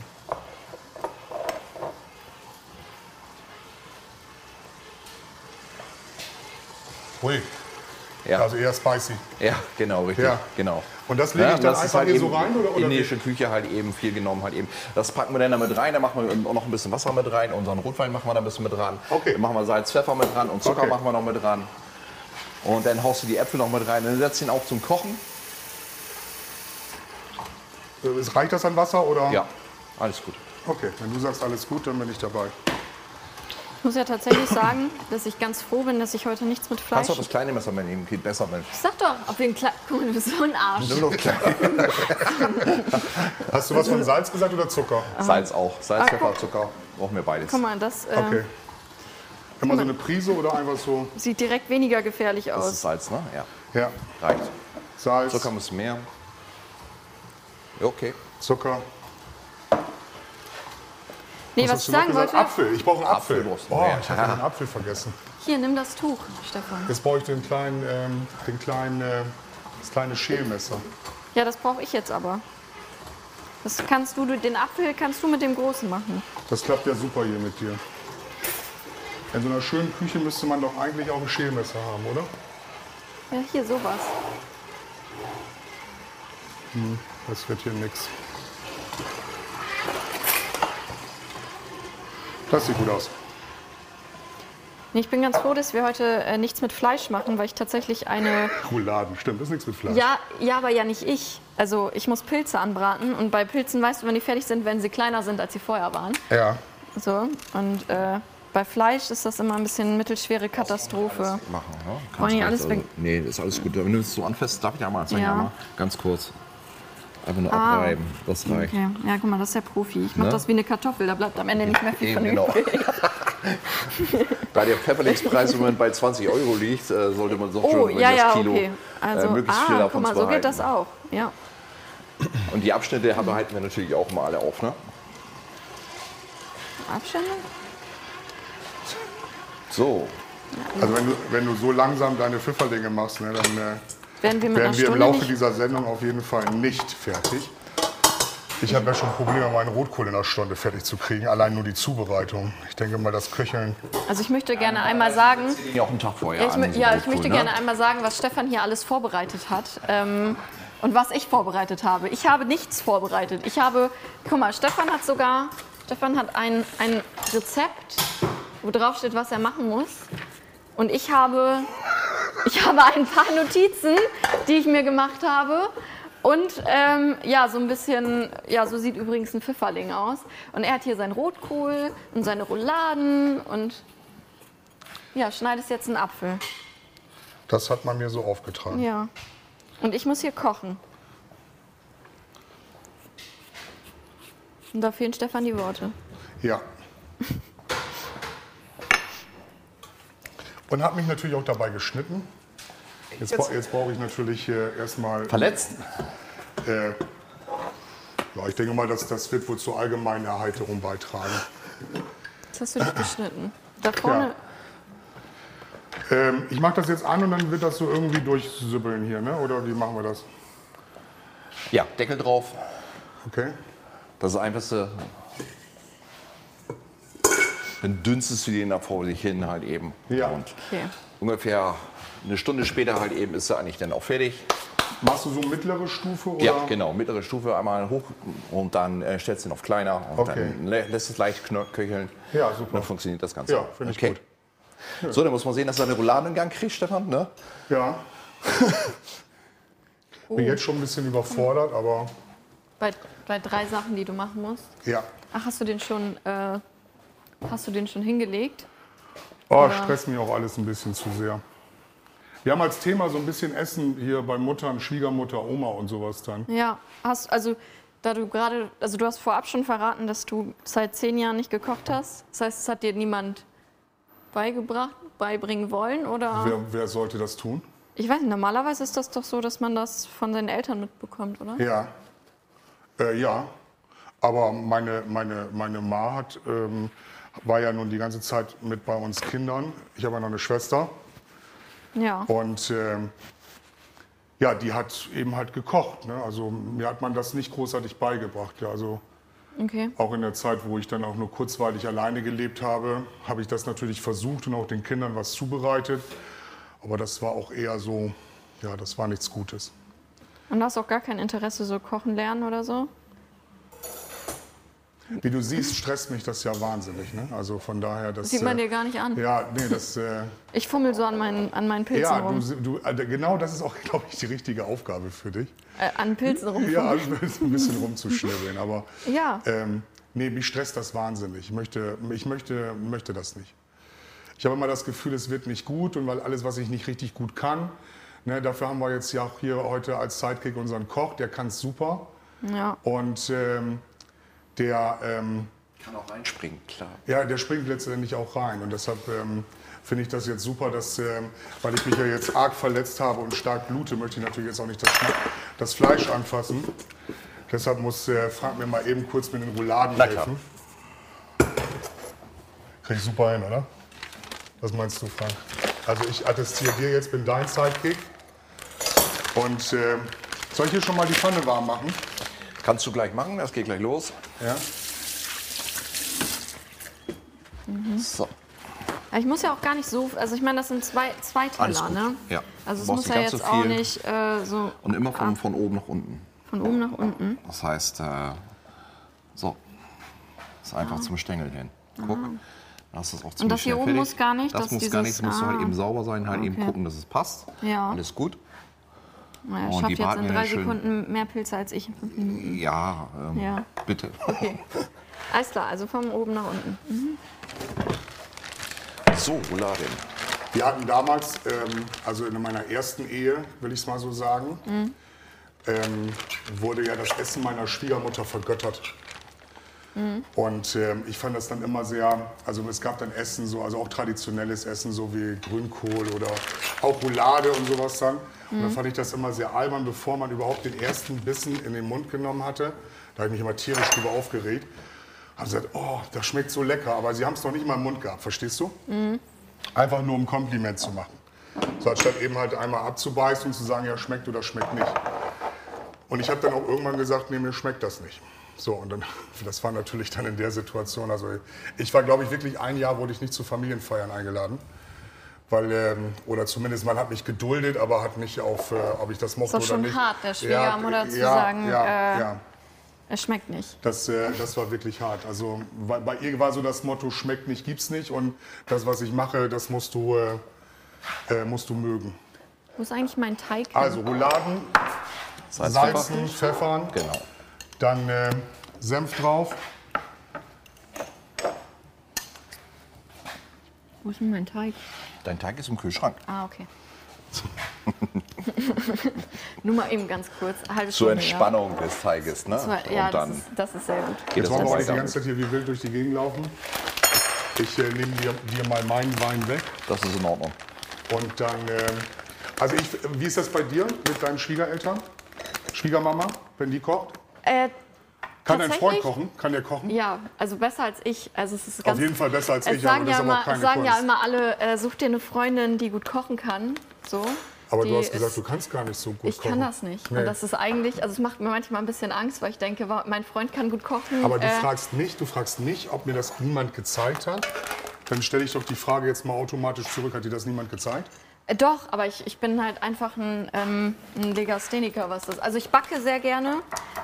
S2: Ui.
S4: Ja,
S2: Also eher spicy.
S4: ja genau, richtig.
S2: Ja.
S4: Genau.
S2: Und das lege ich dann
S4: das ist halt
S2: einfach hier
S4: eben
S2: so rein, oder- oder wie?
S4: indische Küche halt eben viel genommen halt eben. Das packen wir dann da mit rein, dann machen wir auch noch ein bisschen Wasser mit rein, unseren Rotwein machen wir da ein bisschen mit dran.
S2: Okay.
S4: Dann machen wir Salz, Pfeffer mit dran und Zucker
S2: Okay.
S4: machen wir noch mit dran. Und dann haust du die Äpfel noch mit rein, dann setzt du ihn auch zum Kochen.
S2: Äh, Reicht das an Wasser oder?
S4: Ja, alles gut.
S2: Okay, wenn du sagst alles gut, dann bin ich dabei.
S3: Ich muss ja tatsächlich sagen, dass ich ganz froh bin, dass ich heute nichts mit Fleisch.
S4: Kannst du auch das kleine Messer mal nehmen, geht besser,
S3: (laughs)
S4: Mensch.
S3: Ich Sag doch, ob wir ein Kle- Guck mal, du bist so ein Arsch.
S4: Nimm doch klein.
S2: Hast du was von Salz gesagt oder Zucker?
S4: Salz auch. Salz,
S3: Ah,
S4: Pfeffer,
S3: guck.
S4: Zucker. Brauchen wir beides.
S3: Guck mal, das äh,
S2: Okay. Immer so eine Prise oder einfach so?
S3: sieht direkt weniger gefährlich
S4: Das ist
S3: aus.
S4: Salz, ne? Ja.
S2: Ja.
S4: Reicht.
S2: Salz,
S4: Zucker muss mehr. Ja, Okay.
S2: Zucker.
S3: Nee, was,
S2: hast
S3: ich
S2: du noch
S3: sagen
S2: gesagt?
S3: wollte,
S2: Apfel. Ich brauche einen Apfel.
S4: Apfel brauchst du.
S2: oh,
S4: Ja.
S2: ich hatte den Apfel vergessen.
S3: hier, nimm das Tuch, Stefan.
S2: Jetzt brauche ich den kleinen, ähm, den kleinen, äh, das kleine Schälmesser.
S3: Ja, das brauche ich jetzt aber. Das kannst du, du, den Apfel kannst du mit dem Großen machen.
S2: Das klappt ja super hier mit dir. In so einer schönen Küche müsste man doch eigentlich auch ein Schälmesser haben, oder?
S3: Ja, hier sowas.
S2: Das wird hier nichts. Das sieht gut aus.
S3: Nee, ich bin ganz froh, dass wir heute äh, nichts mit Fleisch machen, weil ich tatsächlich eine.
S2: Rouladen, stimmt, das ist nichts mit Fleisch.
S3: Ja, ja, aber ja nicht ich. Also ich muss Pilze anbraten und bei Pilzen weißt du, wenn die fertig sind, wenn sie kleiner sind, als sie vorher waren.
S2: ja.
S3: So, und äh, bei Fleisch ist das immer ein bisschen mittelschwere Katastrophe.
S4: Machen, ne?
S3: Wollen die alles weg?
S4: nee, ist alles gut. Wenn du es so anfasst, darf ich ja mal. Zeig
S3: Ja.
S4: ja. mal. Ganz kurz. Einfach nur
S3: Ah.
S4: abreiben. Das reicht.
S3: Okay, ja, guck mal, das ist ja Profi. Ich mach
S4: Ne?
S3: das wie eine Kartoffel, da bleibt am Ende nicht mehr viel
S4: Eben,
S3: von
S4: genau.
S3: (laughs) übrig.
S4: Da der Pfefferlingspreis im Moment bei 20 Euro liegt, äh, sollte man doch
S3: Oh,
S4: schon
S3: ja,
S4: das
S3: ja,
S4: Kilo
S3: okay. Also,
S4: äh, möglichst viel
S3: ah,
S4: davon
S3: guck mal,
S4: zu
S3: so geht
S4: behalten.
S3: das auch. Ja.
S4: Und die Abschnitte haben- halten wir natürlich auch mal alle auf. Ne?
S3: Abstände?
S4: So,
S2: Also wenn du, wenn du so langsam deine Pfifferlinge machst, ne, dann äh,
S3: Werden wir
S2: werden
S3: mit einer
S2: wir im
S3: Stunde
S2: Laufe
S3: nicht...
S2: dieser Sendung auf jeden Fall nicht fertig. Ich habe ja schon Probleme, meinen Rotkohl in einer Stunde fertig zu kriegen, allein nur die Zubereitung. Ich denke mal, das Köcheln.
S3: Also ich möchte gerne
S4: Ah,
S3: einmal sagen,
S4: ja auch einen Tag vorher.
S3: ja, ich,
S4: an,
S3: mö-
S4: so
S3: ja,
S4: gut
S3: ich möchte
S4: cool,
S3: gerne
S4: ne?
S3: einmal sagen, was Stefan hier alles vorbereitet hat ähm, und was ich vorbereitet habe. Ich habe nichts vorbereitet. Ich habe, guck mal, Stefan hat sogar, Stefan hat ein, ein Rezept, wo drauf steht, was er machen muss. Und ich habe, ich habe ein paar Notizen, die ich mir gemacht habe. Und ähm, ja, so ein bisschen, ja, so sieht übrigens ein Pfifferling aus. Und er hat hier seinen Rotkohl und seine Rouladen und ja, schneidest jetzt einen Apfel.
S2: Das hat man mir so aufgetragen.
S3: Ja. Und ich muss hier kochen. Und da fehlen Stefan die Worte.
S2: Ja. Und habe mich natürlich auch dabei geschnitten. Jetzt,
S4: Jetzt-
S2: jetzt. jetzt brauche ich natürlich äh, erstmal.
S4: Verletzt?
S2: Äh, ja, ich denke mal, das, das wird wohl zur allgemeinen Erheiterung beitragen.
S3: Jetzt hast du dich geschnitten. Da vorne.
S2: Ähm, ich mache das jetzt an und dann wird das so irgendwie durchsüppeln hier, ne? oder wie machen wir das?
S4: Ja, Deckel drauf.
S2: Okay.
S4: Das ist das einfachste. Dann dünstest du den da vor sich hin halt eben.
S2: Ja.
S4: Und
S3: Okay.
S4: ungefähr eine Stunde später halt eben ist er eigentlich dann auch fertig.
S2: Machst du so mittlere Stufe? Oder?
S4: Ja, genau. Mittlere Stufe einmal hoch und dann äh, stellst du ihn auf kleiner und
S2: Okay.
S4: dann lä- lässt es leicht knö- köcheln.
S2: Ja, super.
S4: Dann funktioniert das Ganze.
S2: Ja, finde ich gut.
S4: So, dann muss man sehen, dass er eine Roulade in Gang kriegt, Stefan. Ne?
S2: Ja. Bin jetzt schon ein bisschen überfordert, aber
S3: Bei, bei drei Sachen, die du machen musst.
S2: ja.
S3: Ach, hast du den schon, äh, hast du den schon hingelegt?
S2: Oh, stresst mich auch alles ein bisschen zu sehr. Wir haben als Thema so ein bisschen Essen hier bei Muttern, Schwiegermutter, Oma und sowas dann.
S3: Ja, hast also da du gerade, also du hast vorab schon verraten, dass du seit zehn Jahren nicht gekocht hast. Das heißt, es hat dir niemand beigebracht, beibringen wollen oder?
S2: Wer, wer sollte das tun?
S3: Ich weiß nicht, normalerweise ist das doch so, dass man das von seinen Eltern mitbekommt, oder?
S2: Ja. Äh, ja. Aber meine, meine, meine Ma hat, ähm, war ja nun die ganze Zeit mit bei uns Kindern. Ich habe ja noch eine Schwester.
S3: Ja.
S2: Und ähm, ja, die hat eben halt gekocht. Ne? Also mir hat man das nicht großartig beigebracht. Ja, also
S3: Okay.
S2: auch in der Zeit, wo ich dann auch nur kurzweilig alleine gelebt habe, habe ich das natürlich versucht und auch den Kindern was zubereitet. Aber das war auch eher so, ja, das war nichts Gutes.
S3: Und du hast auch gar kein Interesse, so kochen lernen oder so?
S2: Wie du siehst, stresst mich das ja wahnsinnig. Ne? Also von daher, das
S3: Sieht man
S2: äh,
S3: dir gar nicht an.
S2: ja, nee, das äh,
S3: Ich fummel so an meinen, an meinen Pilzen
S2: ja,
S3: rum.
S2: du, du, also genau, das ist auch, (laughs) glaube ich, die richtige Aufgabe für dich.
S3: äh, an Pilzen
S4: (laughs)
S3: rum.
S2: Ja, also (laughs) ein bisschen rumzuschnibbeln, aber
S3: Ja.
S2: Ähm, nee, mich stresst das wahnsinnig. Ich möchte, ich möchte, möchte das nicht. Ich habe immer das Gefühl, es wird nicht gut und weil alles, was ich nicht richtig gut kann, ne, dafür haben wir jetzt ja auch hier heute als Sidekick unseren Koch, der kann es super
S3: ja.
S2: und ähm, der, ähm,
S4: Kann auch reinspringen, klar.
S2: ja, der springt letztendlich auch rein und deshalb ähm, finde ich das jetzt super, dass, ähm, weil ich mich ja jetzt arg verletzt habe und stark blute, möchte ich natürlich jetzt auch nicht das, Schna- das Fleisch anfassen. Deshalb muss äh, Frank mir mal eben kurz mit den Rouladen
S4: Na klar.
S2: helfen. Krieg ich super hin, oder? Was meinst du, Frank? Also ich attestiere dir jetzt, bin dein Sidekick. Und äh, soll ich hier schon mal die Pfanne warm machen?
S4: Kannst du gleich machen, das geht gleich los.
S2: Ja.
S4: So.
S3: Aber Ich muss ja auch gar nicht so, also ich meine, das sind zwei, zwei
S4: Alles
S3: Teller,
S4: gut.
S3: ne?
S4: Ja.
S3: Also es
S4: Du brauchst
S3: muss
S4: nicht
S3: ja
S4: ganz
S3: jetzt
S4: so
S3: auch
S4: viel.
S3: nicht äh, so
S4: Und immer von, von oben nach unten.
S3: von oben nach unten.
S4: Das heißt, äh, so. Ist einfach zum Stängeln hin. Guck. Dann hast du es auch ziemlich
S3: das hier
S4: schnell
S3: oben
S4: fertig.
S3: muss gar nicht,
S4: Das
S3: dass
S4: muss
S3: dieses-
S4: gar nicht. Das musst du halt
S3: ah.
S4: eben sauber sein, halt eben
S3: Okay.
S4: gucken, dass es passt.
S3: Ja.
S4: Alles gut.
S3: Naja,
S4: Oh, und
S3: schafft
S4: die
S3: jetzt
S4: braten
S3: in
S4: wir
S3: drei
S4: dann schön.
S3: Sekunden mehr Pilze als ich in fünf Minuten.
S4: Ja, ähm,
S3: Ja.
S4: bitte.
S3: Okay. Alles klar, also von oben nach unten.
S4: (laughs) So, Rouladen.
S2: Wir hatten damals, ähm, also in meiner ersten Ehe, will ich es mal so sagen, ähm, wurde ja das Essen meiner Schwiegermutter vergöttert. Und ähm, ich fand das dann immer sehr, also es gab dann Essen, so, also auch traditionelles Essen, so wie Grünkohl oder auch Roulade und sowas dann. Und dann fand ich das immer sehr albern, bevor man überhaupt den ersten Bissen in den Mund genommen hatte. Da habe ich mich immer tierisch drüber aufgeregt. Haben sie gesagt, oh, das schmeckt so lecker, aber sie haben es noch nicht mal im Mund gehabt, verstehst du?
S3: Mhm.
S2: Einfach nur um Kompliment zu machen. So anstatt eben halt einmal abzubeißen und zu sagen, ja, schmeckt oder schmeckt nicht. Und ich habe dann auch irgendwann gesagt, nee, mir schmeckt das nicht. So, und dann, (laughs) das war natürlich dann in der Situation, also ich war, glaube ich, wirklich ein Jahr wurde ich nicht zu Familienfeiern eingeladen. Weil, ähm, oder zumindest man hat mich geduldet, aber hat nicht auf, äh, ob ich das mochte
S3: doch
S2: oder
S3: schon
S2: nicht.
S3: hart, der Schwiegermutter zu sagen,
S2: Ja,
S3: äh,
S2: ja.
S3: Es schmeckt nicht.
S2: Das, äh, das war wirklich hart. Also bei, bei ihr war so das Motto, schmeckt nicht, gibt's nicht. Und das, was ich mache, das musst du, äh, äh, musst du mögen.
S3: Wo ist eigentlich mein Teig?
S4: Ah.
S3: hin?
S2: Also Rouladen,
S4: Salz,
S2: Salzen, Pfeffern,
S4: Pfeffer. Genau.
S2: dann äh, Senf drauf.
S3: Wo ist denn mein Teig?
S4: Dein Teig ist im Kühlschrank.
S3: Ah, okay. (laughs) Nur mal eben ganz kurz. eine Halbe
S4: Zur
S3: Stunde,
S4: Entspannung des Teiges, ne?
S3: Ja, ja
S4: Und
S3: das,
S4: dann
S3: ist, das ist sehr gut.
S4: geht
S2: Jetzt
S4: es
S2: wollen wir
S4: auch
S2: auch nicht die
S4: weiter.
S2: ganze Zeit hier wie wild durch die Gegend laufen. Ich äh, nehme dir, dir mal meinen Wein weg.
S4: Das ist in Ordnung.
S2: Und dann, ähm, also ich, wie ist das bei dir mit deinen Schwiegereltern? Schwiegermama, wenn die kocht?
S3: Äh,
S2: Kann dein Freund
S3: Tatsächlich?
S2: kochen? Kann der kochen?
S3: ja, also besser als ich. Also es ist ganz,
S2: jeden Fall besser als
S3: es
S2: ich,
S3: Sagen
S2: aber das
S3: ja
S2: ist aber auch
S3: immer,
S2: keine
S3: sagen ja
S2: Kunst.
S3: immer alle, äh, such dir eine Freundin, die gut kochen kann. So.
S2: Aber
S3: Die
S2: du hast gesagt,
S3: ist-
S2: du kannst gar nicht so gut
S3: Ich
S2: kochen.
S3: kann das nicht.
S2: Nee.
S3: Und das ist eigentlich, also es macht mir manchmal ein bisschen Angst, weil ich denke, wa- mein Freund kann gut kochen.
S2: Aber du
S3: äh,
S2: fragst nicht, du fragst nicht, ob mir das niemand gezeigt hat. Dann stelle ich doch die Frage jetzt mal automatisch zurück. Hat dir das niemand gezeigt?
S3: Äh, Doch, aber ich, ich bin halt einfach ein, ähm, ein Legastheniker, was das. Also ich backe sehr gerne.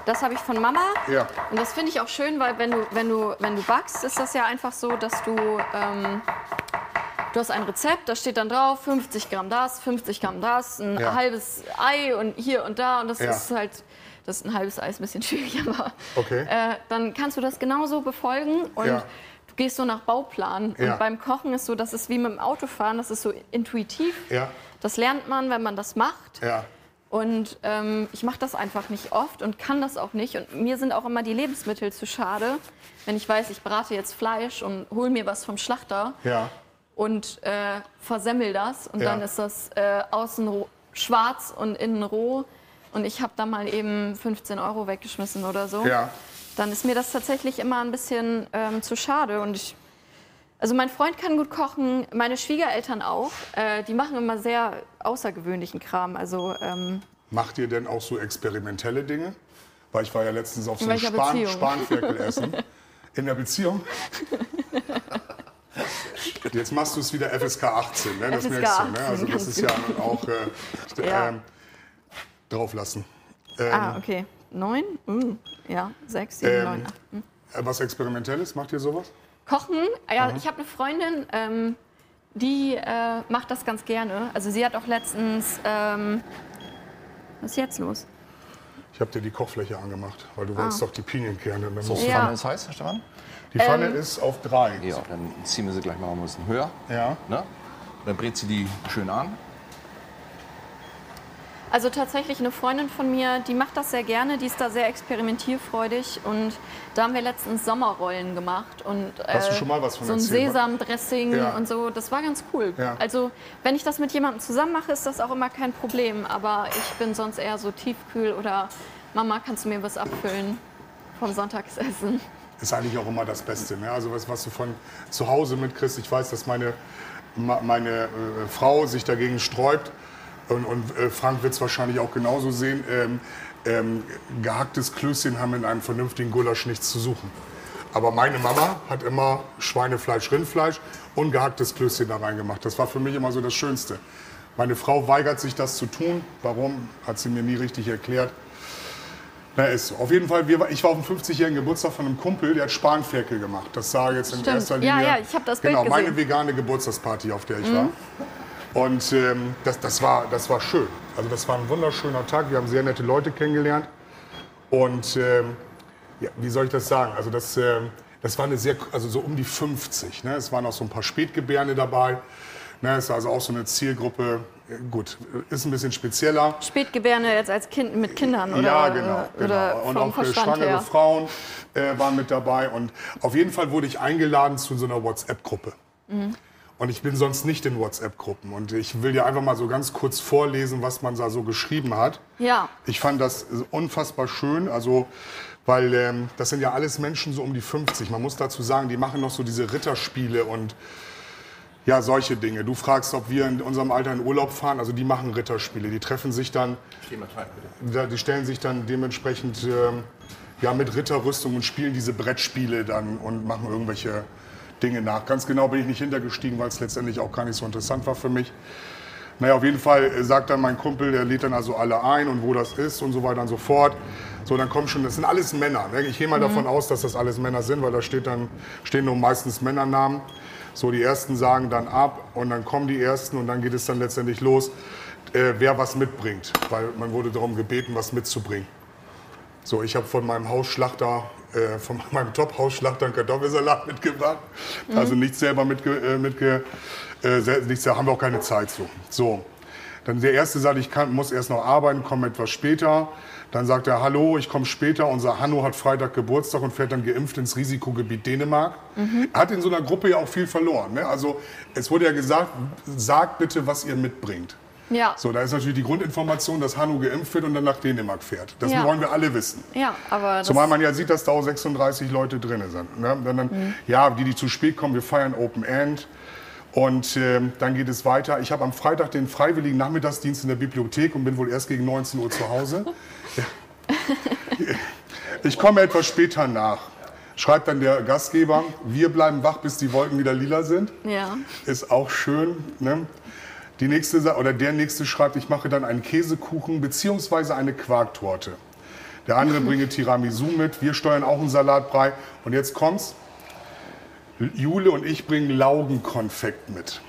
S3: Das habe ich von Mama.
S2: Ja.
S3: Und das finde ich auch schön, weil wenn du, wenn du, wenn du backst, ist das ja einfach so, dass du. Ähm, Du hast ein Rezept, da steht dann drauf 50 Gramm das, 50 Gramm das, ein
S2: Ja.
S3: halbes Ei und hier und da und das
S2: Ja.
S3: ist halt, das ist ein halbes Ei ist ein bisschen (laughs) schwierig, aber
S2: Okay.
S3: äh, dann kannst du das genauso befolgen und
S2: Ja.
S3: du gehst so nach Bauplan
S2: Ja.
S3: und beim Kochen ist so, das ist wie mit dem Autofahren, das ist so intuitiv.
S2: Ja.
S3: Das lernt man, wenn man das macht.
S2: Ja.
S3: Und ähm, ich mache das einfach nicht oft und kann das auch nicht. Und mir sind auch immer die Lebensmittel zu schade, wenn ich weiß, ich brate jetzt Fleisch und hol mir was vom Schlachter
S2: Ja.
S3: und äh, versemmel das. Und
S2: Ja.
S3: dann ist das äh, außen ro- schwarz und innen roh. Und ich habe da mal eben 15 Euro weggeschmissen oder so.
S2: Ja.
S3: Dann ist mir das tatsächlich immer ein bisschen ähm, zu schade. Und ich, also mein Freund kann gut kochen, meine Schwiegereltern auch. Äh, die machen immer sehr außergewöhnlichen Kram. Also ähm,
S2: Macht ihr denn auch so experimentelle Dinge? Weil ich war ja letztens auf so einem
S3: welcher
S2: Span
S3: Beziehung? (laughs)
S2: Spanferkel essen. In der Beziehung? Jetzt machst du es wieder FSK 18, ne? das merkst
S3: FSK
S2: du. Ne?
S3: 18,
S2: Also das
S3: ganz
S2: ist ja auch äh,
S3: (laughs) Ja.
S2: Ähm, drauflassen. Ähm,
S3: ah, okay. Neun? Mm, ja, sechs, sieben, neun,
S2: ähm,
S3: acht.
S2: was Experimentelles, macht ihr sowas?
S3: Kochen, ja,
S2: Mhm.
S3: ich habe eine Freundin, ähm, die äh, macht das ganz gerne. Also sie hat auch letztens, ähm, was ist jetzt los?
S2: Ich habe dir die Kochfläche angemacht, weil du wolltest doch die Pinienkerne. Dann musst du-
S4: Die
S3: Ja.
S4: Pfanne ist heiß, Herr Stefan?
S2: Die Pfanne ist auf drei.
S4: Ja, dann ziehen wir sie gleich mal ein bisschen höher.
S2: Ja.
S4: Ne? Dann brät sie die schön an.
S3: Also tatsächlich eine Freundin von mir, die macht das sehr gerne, die ist da sehr experimentierfreudig und da haben wir letztens Sommerrollen gemacht und äh,
S2: Hast du schon mal was von
S3: so ein
S2: erzählt, ne?
S3: Sesamdressing
S2: Ja.
S3: und so, das war ganz cool.
S2: Ja.
S3: Also wenn ich das mit jemandem zusammen mache, ist das auch immer kein Problem, aber ich bin sonst eher so tiefkühl oder Mama, kannst du mir was abfüllen vom Sonntagsessen?
S2: ist eigentlich auch immer das Beste. Ne? Also was, was du von zu Hause mitkriegst. Ich weiß, dass meine, ma- meine äh, Frau sich dagegen sträubt und, und äh, Frank wird es wahrscheinlich auch genauso sehen. Ähm, ähm, gehacktes Klößchen haben in einem vernünftigen Gulasch nichts zu suchen. Aber meine Mama hat immer Schweinefleisch, Rindfleisch und gehacktes Klößchen da reingemacht. Das war für mich immer so das Schönste. Meine Frau weigert sich, das zu tun. Warum, hat sie mir nie richtig erklärt. Na, ist so. Auf jeden Fall, wir, ich war auf dem 50-jährigen Geburtstag von einem Kumpel, der hat Spanferkel gemacht. Das sah jetzt in
S3: Stimmt.
S2: erster
S3: Ja,
S2: Linie.
S3: ja, ich hab das Bild
S2: Genau, meine
S3: gesehen. Mhm.
S2: vegane Geburtstagsparty, auf der ich war. Und ähm, das, das, war, das war schön. Also, das war ein wunderschöner Tag. Wir haben sehr nette Leute kennengelernt. Und ähm, ja, wie soll ich das sagen? Also, das, ähm, das war eine sehr, also so um die 50. Ne? Es waren auch so ein paar Spätgebärende dabei. Ne? Es war also auch so eine Zielgruppe. Äh, Gut, ist ein bisschen spezieller.
S3: Spätgebärende jetzt als Kind mit Kindern oder,
S2: Ja, genau.
S3: äh, oder
S2: genau.
S3: vom
S2: Und auch äh,
S3: Verstand
S2: schwangere
S3: her.
S2: Frauen äh, waren mit dabei. Und auf jeden Fall wurde ich eingeladen zu so einer WhatsApp-Gruppe.
S3: Mhm.
S2: Und ich bin sonst nicht in WhatsApp-Gruppen. Und ich will dir einfach mal so ganz kurz vorlesen, was man da so geschrieben hat.
S3: Ja,
S2: Ich fand das unfassbar schön, also weil ähm, das sind ja alles Menschen so um die 50. Man muss dazu sagen, die machen noch so diese Ritterspiele und ja, solche Dinge. Du fragst, ob wir in unserem Alter in Urlaub fahren. Also die machen Ritterspiele. Die treffen sich dann da- die stellen sich dann dementsprechend ähm, ja, mit Ritterrüstung und spielen diese Brettspiele dann und machen irgendwelche Dinge nach. Ganz genau bin ich nicht hintergestiegen, weil es letztendlich auch gar nicht so interessant war für mich. Naja, auf jeden Fall äh, sagt dann mein Kumpel, der lädt dann also alle ein und wo das ist und so weiter und so fort. So, dann kommen schon, das sind alles Männer. Ne? Ich gehe mal davon aus, dass das alles Männer sind, weil da steht dann, stehen nur meistens Männernamen. So, die ersten sagen dann ab und dann kommen die ersten und dann geht es dann letztendlich los, äh, wer was mitbringt. Weil man wurde darum gebeten, was mitzubringen. So, ich habe von meinem Hausschlachter, äh, von (laughs) meinem Top-Hausschlachter einen Kartoffelsalat mitgebracht. Also nichts selber mitge, äh, mitge äh, sel- nichts, da haben wir auch keine Zeit zu. So, Dann der erste sagt, ich kann, muss erst noch arbeiten, komme etwas später. Dann sagt er, hallo, ich komme später. Unser Hanno hat Freitag Geburtstag und fährt dann geimpft ins Risikogebiet Dänemark. Er Hat in so einer Gruppe ja auch viel verloren. Ne? Also es wurde ja gesagt, sagt bitte, was ihr mitbringt.
S3: Ja.
S2: So, da ist natürlich die Grundinformation, dass Hanno geimpft wird und dann nach Dänemark fährt. Das
S3: Ja.
S2: wollen wir alle wissen.
S3: Ja, aber das,
S2: Zumal man ja sieht, dass da auch 36 Leute drin sind. Ne? Dann, dann, Ja, die, die zu spät kommen, wir feiern Open End. Und ähm, dann geht es weiter. Ich habe am Freitag den freiwilligen Nachmittagsdienst in der Bibliothek und bin wohl erst gegen 19 Uhr zu Hause. Ja. Ich komme etwas später nach. Schreibt dann der Gastgeber, wir bleiben wach, bis die Wolken wieder lila sind.
S3: ja.
S2: Ist auch schön. Ne? Die nächste Sa- oder der nächste schreibt, ich mache dann einen Käsekuchen bzw. eine Quarktorte. Der andere bringe Tiramisu mit, wir steuern auch einen Salatbrei. Und jetzt kommt's. Jule und ich bringen Laugenkonfekt mit.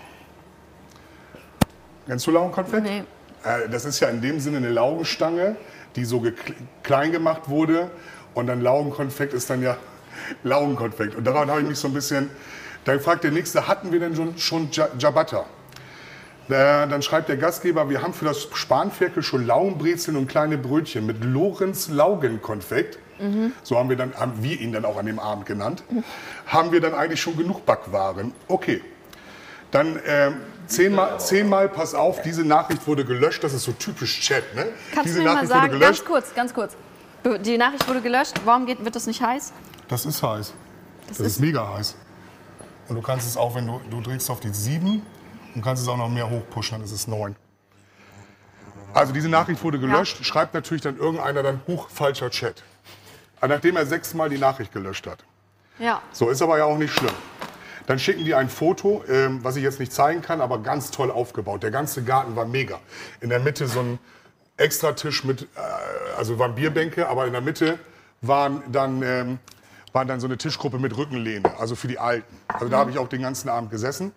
S2: Kennst du Laugenkonfekt?
S3: Nee.
S2: Äh, Das ist ja in dem Sinne eine Laugenstange, die so gekl- klein gemacht wurde. Und dann Laugenkonfekt ist dann ja (laughs) Laugenkonfekt. Und daran habe ich mich so ein bisschen. Dann fragt der Nächste, hatten wir denn schon, schon Ja- Ciabatta? Äh, Dann schreibt der Gastgeber, wir haben für das Spanferkel schon Laugenbrezeln und kleine Brötchen mit Lorenz Laugenkonfekt. So haben wir, dann, haben wir ihn dann auch an dem Abend genannt. Haben wir dann eigentlich schon genug Backwaren? Okay. Dann ähm, zehnmal, zehnmal, pass auf, diese Nachricht wurde gelöscht. Das ist so typisch Chat, ne?
S3: Kannst
S2: diese
S3: du mir mal
S2: Nachricht
S3: sagen,
S2: wurde
S3: ganz
S2: gelöscht.
S3: kurz, ganz kurz. Du, Die Nachricht wurde gelöscht. Warum geht, wird das nicht heiß?
S2: Das ist heiß. Das, ist,
S3: ist-
S2: mega heiß. Und du kannst es auch, wenn du, du drehst auf die 7 und kannst es auch noch mehr hochpushen, dann ist es 9. Also diese Nachricht wurde gelöscht, schreibt natürlich dann irgendeiner dann, huch, falscher Chat. Aber Nachdem er sechsmal die Nachricht gelöscht hat.
S3: Ja.
S2: So, ist aber ja auch nicht schlimm. Dann schicken die ein Foto, ähm, was ich jetzt nicht zeigen kann, aber ganz toll aufgebaut. Der ganze Garten war mega. In der Mitte so ein Extratisch mit, äh, also waren Bierbänke, aber in der Mitte waren dann, ähm, waren dann so eine Tischgruppe mit Rückenlehne, also für die Alten. Also da habe ich auch den ganzen Abend gesessen.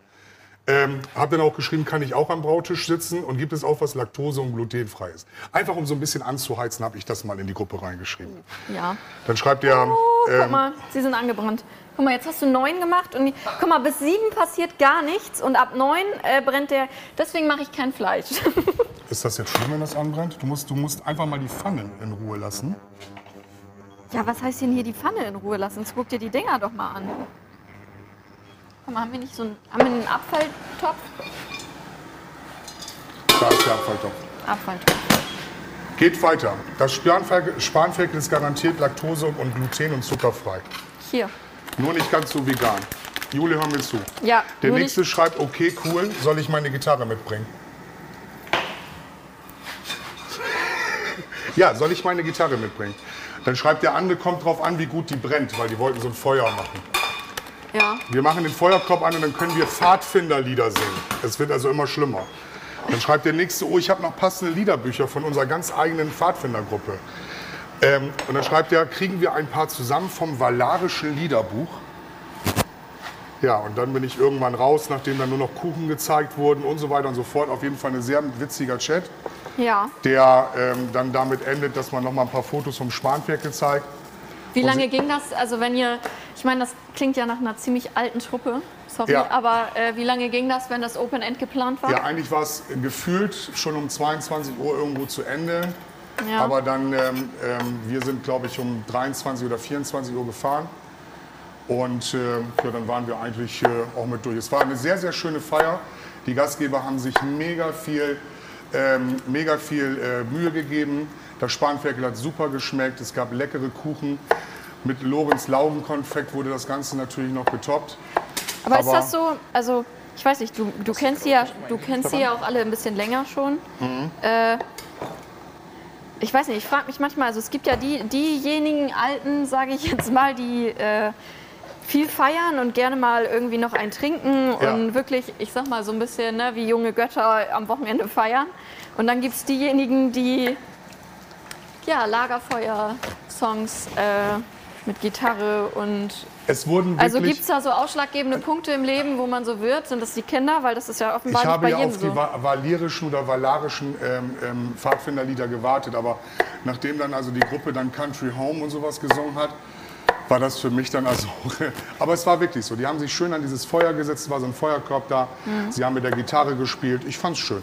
S2: Ähm, hab dann auch geschrieben, kann ich auch am Brautisch sitzen und gibt es auch was Laktose- und glutenfrei ist. Einfach um so ein bisschen anzuheizen, habe ich das mal in die Gruppe reingeschrieben.
S3: Ja.
S2: Dann schreibt der...
S3: Oh, guck
S2: ähm,
S3: mal, sie sind angebrannt. Guck mal, jetzt hast du neun gemacht und guck mal, bis sieben passiert gar nichts und ab neun äh, brennt der. Deswegen mache ich kein Fleisch. (laughs)
S2: Ist das jetzt schlimm, wenn das anbrennt? Du musst, du musst einfach mal die Pfannen in Ruhe lassen.
S3: ja, was heißt denn hier die Pfanne in Ruhe lassen? Jetzt guck dir die Dinger doch mal an. Guck mal, haben wir nicht so einen, haben wir einen Abfalltopf?
S2: Da ist der Abfalltopf.
S3: Abfalltopf.
S2: Geht weiter. Das Spanferkel, Spanferkel ist garantiert laktose- und gluten- und zuckerfrei.
S3: Hier.
S2: Nur nicht ganz so vegan. Jule, hör mir zu.
S3: Ja,
S2: Der
S3: nur
S2: nächste schreibt, okay, cool, soll ich meine Gitarre mitbringen? ja, soll ich meine Gitarre mitbringen? Dann schreibt der andere, kommt drauf an, wie gut die brennt, weil die wollten so ein Feuer machen.
S3: nicht. Ja.
S2: Wir machen den Feuerkorb an und dann können wir Pfadfinderlieder singen. Es wird also immer schlimmer. Dann schreibt der nächste, oh, ich habe noch passende Liederbücher von unserer ganz eigenen Pfadfindergruppe. Ähm, und dann schreibt er, kriegen wir ein paar zusammen vom Valarischen Liederbuch. Ja, und dann bin ich irgendwann raus, nachdem dann nur noch Kuchen gezeigt wurden und so weiter und so fort. Auf jeden Fall ein sehr witziger Chat,
S3: Ja.
S2: der ähm, dann damit endet, dass man noch mal ein paar Fotos vom Spanferkel zeigt.
S3: Wie lange ging das? Also wenn ihr, ich meine, das klingt ja nach einer ziemlich alten Truppe, sorry,
S2: Ja.
S3: aber äh, wie lange ging das, wenn das Open End geplant war?
S2: Ja, eigentlich war es gefühlt schon um 22 Uhr irgendwo zu Ende.
S3: Ja.
S2: Aber dann, ähm, ähm, wir sind, glaube ich, um 23 oder 24 Uhr gefahren. Und äh, ja, dann waren wir eigentlich äh, auch mit durch. Es war eine sehr, sehr schöne Feier. Die Gastgeber haben sich mega viel, ähm, mega viel äh, Mühe gegeben. Das Spanferkel hat super geschmeckt. Es gab leckere Kuchen. Mit Lorenz Laugenkonfekt wurde das Ganze natürlich noch getoppt.
S3: aber, ist
S2: aber-
S3: das so, also ich weiß nicht, du, du kennst sie ja, du kennst sie ja auch alle ein bisschen länger schon.
S2: Mhm.
S3: Äh, ich weiß nicht, ich frage mich manchmal, also es gibt ja die, diejenigen Alten, sage ich jetzt mal, die äh, viel feiern und gerne mal irgendwie noch ein trinken
S2: Ja.
S3: und wirklich, ich sag mal so ein bisschen, ne, wie junge Götter am Wochenende feiern. Und dann gibt es diejenigen, die ja, Lagerfeuer-Songs äh, mit Gitarre und
S2: Es wurden
S3: also
S2: wirklich-
S3: gibt es da so ausschlaggebende Punkte im Leben, wo man so wird? Sind das die Kinder? Weil das ist ja offenbar
S2: Ich
S3: nicht bei
S2: habe ja
S3: jedem
S2: auf die
S3: so.
S2: va- valirischen oder valarischen ähm, ähm, Pfadfinderlieder gewartet, aber nachdem dann also die Gruppe dann Country Home und sowas gesungen hat, war das für mich dann also. (laughs) aber es war wirklich so. Die haben sich schön an
S3: Mhm.
S2: dieses Feuer gesetzt, es war so ein Feuerkorb da. Sie haben mit der Gitarre gespielt. Ich fand's schön.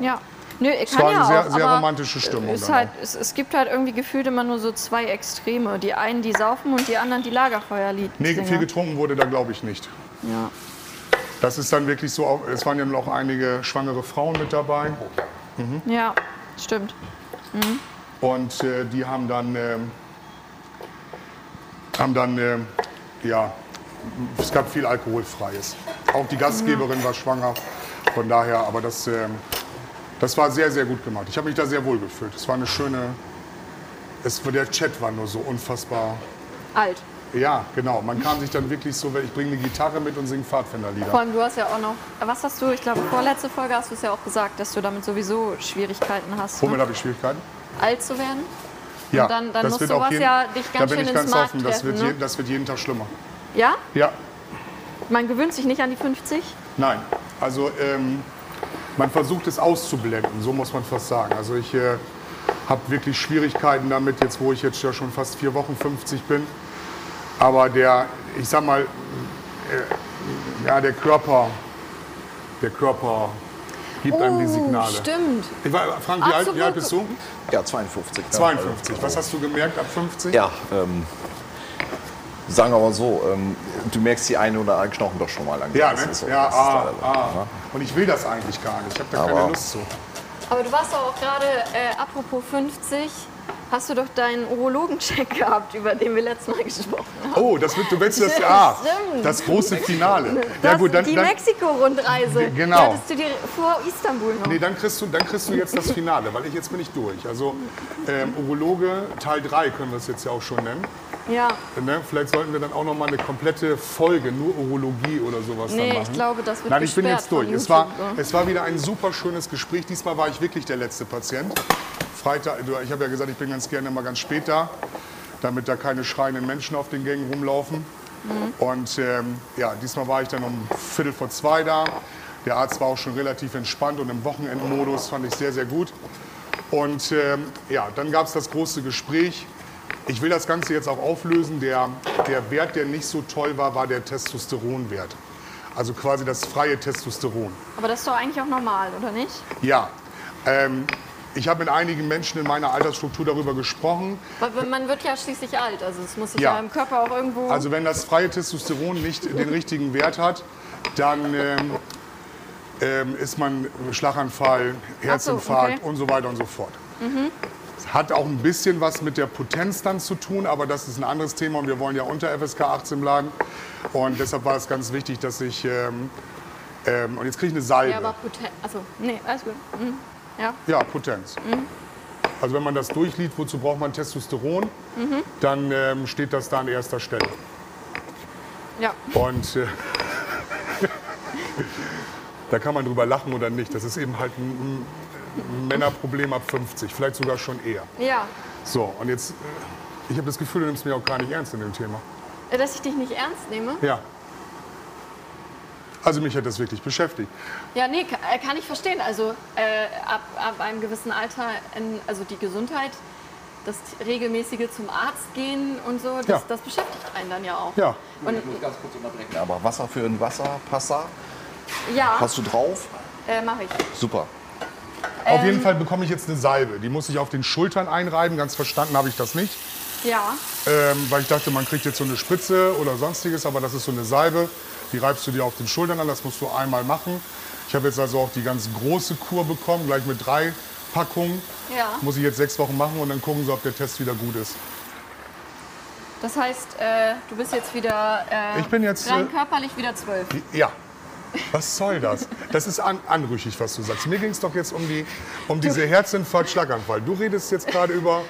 S3: Ja. Nö, ich
S2: Es
S3: kann
S2: war
S3: ja
S2: eine sehr,
S3: auch,
S2: sehr
S3: aber
S2: romantische Stimmung.
S3: Ist
S2: dann
S3: halt, es, es gibt halt irgendwie gefühlt immer nur so zwei Extreme. Die einen, die saufen und die anderen, die Lagerfeuerlied.
S2: auch. nee, viel getrunken wurde da, glaube ich, nicht.
S3: ja.
S2: Das ist dann wirklich so, auch- es waren ja nun auch einige schwangere Frauen mit dabei.
S3: ja, stimmt.
S2: Und äh, die haben dann, ähm, haben dann ähm, ja, es gab viel Alkoholfreies. Auch die Gastgeberin war schwanger. Von daher, aber das, ähm, das war sehr, sehr gut gemacht. Ich habe mich da sehr wohl gefühlt. Es war eine schöne. Es, der Chat war nur so unfassbar.
S3: Alt.
S2: Ja, genau. Man kam sich dann wirklich so, ich bringe eine Gitarre mit und singe Pfadfinderlieder.
S3: Vor allem, du hast ja auch noch, was hast du, ich glaube, vorletzte Folge hast du es ja auch gesagt, dass du damit sowieso Schwierigkeiten hast,
S2: Womit
S3: ne?
S2: habe ich Schwierigkeiten?
S3: alt zu werden.
S2: Ja,
S3: dann- dann muss
S2: wird
S3: sowas
S2: auch jeden,
S3: ja dich
S2: Da
S3: ganz
S2: bin
S3: schön
S2: ich
S3: ins
S2: ganz
S3: Mark
S2: offen. Das wird,
S3: treffen, ne?
S2: je, das wird jeden Tag schlimmer.
S3: Ja?
S2: Ja,
S3: Man gewöhnt sich nicht an die 50.
S2: Nein, also ähm, man versucht es auszublenden, so muss man fast sagen. Also ich äh, habe wirklich Schwierigkeiten damit, jetzt wo ich jetzt ja schon fast vier Wochen 50 bin. Aber der, ich sag mal, äh, ja, der Körper, der Körper gibt einem die Signale.
S3: Oh, stimmt.
S2: Ich war, Frank, wie
S3: Ach,
S2: alt,
S3: so
S2: wie alt
S3: gut.
S2: bist du?
S4: Ja, ne? 52. ja.
S2: 52. Was hast du gemerkt ab 50?
S4: Ja, ähm, sagen wir mal so, ähm, du merkst die einen oder anderen Knochen doch schon mal lang.
S2: Ja,
S4: Das
S2: ne?
S4: ist so,
S2: Ja,
S4: das ist
S2: ah,
S4: leider so,
S2: ah.
S4: ne?
S2: Und ich will das eigentlich gar nicht. Ich habe da keine
S4: Aber-
S2: Lust zu.
S3: Aber du warst doch auch gerade, äh, apropos 50, hast du doch deinen Urologen-Check (laughs) gehabt, über den wir letztes Mal gesprochen haben.
S2: Oh, das wird, du willst das,
S3: Stimmt,
S2: ah,
S3: stimmt.
S2: das große Finale.
S3: Das- die Mexiko-Rundreise.
S2: G- genau.
S3: Die hattest du dir vor Istanbul noch.
S2: nee, dann, kriegst du, dann kriegst du jetzt das Finale, weil ich jetzt bin ich durch. Also ähm, Urologe Teil 3 können wir es jetzt ja auch schon nennen.
S3: ja,
S2: Ne? Vielleicht sollten wir dann auch noch mal eine komplette Folge, nur Urologie oder sowas dann
S3: nee,
S2: machen.
S3: ich glaube, das wird
S2: Nein, ich bin
S3: gesperrt
S2: jetzt durch.
S3: von
S2: Es war,
S3: YouTube, ne?
S2: es war wieder ein super schönes Gespräch. Diesmal war ich wirklich der letzte Patient. Freitag, du, ich habe ja gesagt, ich bin ganz gerne mal ganz spät da, damit da keine schreienden Menschen auf den Gängen rumlaufen.
S3: Mhm.
S2: Und ähm, ja, diesmal war ich dann um Viertel vor zwei da. Der Arzt war auch schon relativ entspannt und im Wochenendmodus fand ich sehr, sehr gut. Und ähm, ja, dann gab es das große Gespräch. Ich will das Ganze jetzt auch auflösen. Der, der Wert, der nicht so toll war, war der Testosteronwert. Also quasi das freie Testosteron.
S3: Aber das ist doch eigentlich auch normal, oder nicht?
S2: Ja, ähm, ich habe mit einigen Menschen in meiner Altersstruktur darüber gesprochen.
S3: Weil wenn- man wird ja schließlich alt, also es muss sich ja,
S2: Ja.
S3: im Körper auch irgendwo...
S2: Also wenn das freie Testosteron nicht den richtigen Wert hat, dann ähm, ähm, ist man Schlaganfall, Herzinfarkt
S3: okay. Mhm.
S2: und so weiter und so fort. Es Hat auch ein bisschen was mit der Potenz dann zu tun, aber das ist ein anderes Thema und wir wollen ja unter FSK 18 bleiben. Und deshalb war es ganz wichtig, dass ich... Ähm, ähm, und jetzt kriege ich eine Salbe.
S3: ja, aber potent... Also, nee, alles gut. Mhm. Ja,
S2: Ja, Potenz.
S3: Mhm.
S2: Also wenn man das durchliest, wozu braucht man Testosteron,
S3: Mhm.
S2: dann ähm, steht das da an erster Stelle.
S3: ja.
S2: Und äh, (laughs) da kann man drüber lachen oder nicht. Das ist eben halt ein, ein Männerproblem ab 50, vielleicht sogar schon eher.
S3: Ja,
S2: So, und jetzt, äh, ich habe das Gefühl, du nimmst mich auch gar nicht ernst in dem Thema.
S3: Äh, dass ich dich nicht ernst nehme.
S2: Ja. Also mich hat das wirklich beschäftigt.
S3: Ja, nee, ka- äh, kann ich verstehen. Also äh, ab, ab einem gewissen Alter, in, also die Gesundheit, das regelmäßige zum Arzt gehen und so, das,
S2: Ja.
S3: das beschäftigt einen dann ja auch.
S2: Ja,
S3: Und
S4: Ich muss ganz kurz unterbrechen, aber Wasser für einen Wasserpasser
S3: ja,
S4: hast du drauf?
S3: äh, mache ich.
S4: Super.
S2: auf jeden Fall bekomme ich jetzt eine Salbe. Die muss ich auf den Schultern einreiben. Ganz verstanden habe ich das nicht.
S3: Ja,
S2: ähm, weil ich dachte, man kriegt jetzt so eine Spritze oder sonstiges, aber das ist so eine Salbe, die reibst du dir auf den Schultern an, das musst du einmal machen. Ich habe jetzt also auch die ganz große Kur bekommen, gleich mit drei Packungen.
S3: ja.
S2: Muss ich jetzt sechs Wochen machen und dann gucken sie, ob der Test wieder gut ist.
S3: Das heißt, äh, du bist jetzt wieder äh,
S2: Ich bin jetzt,
S3: rein
S2: äh,
S3: körperlich wieder zwölf.
S2: Ja. Was soll das? Das ist an, anrüchig, was du sagst. Mir ging es doch jetzt um, die, um diese Herzinfarkt, Schlaganfall. Du redest jetzt gerade über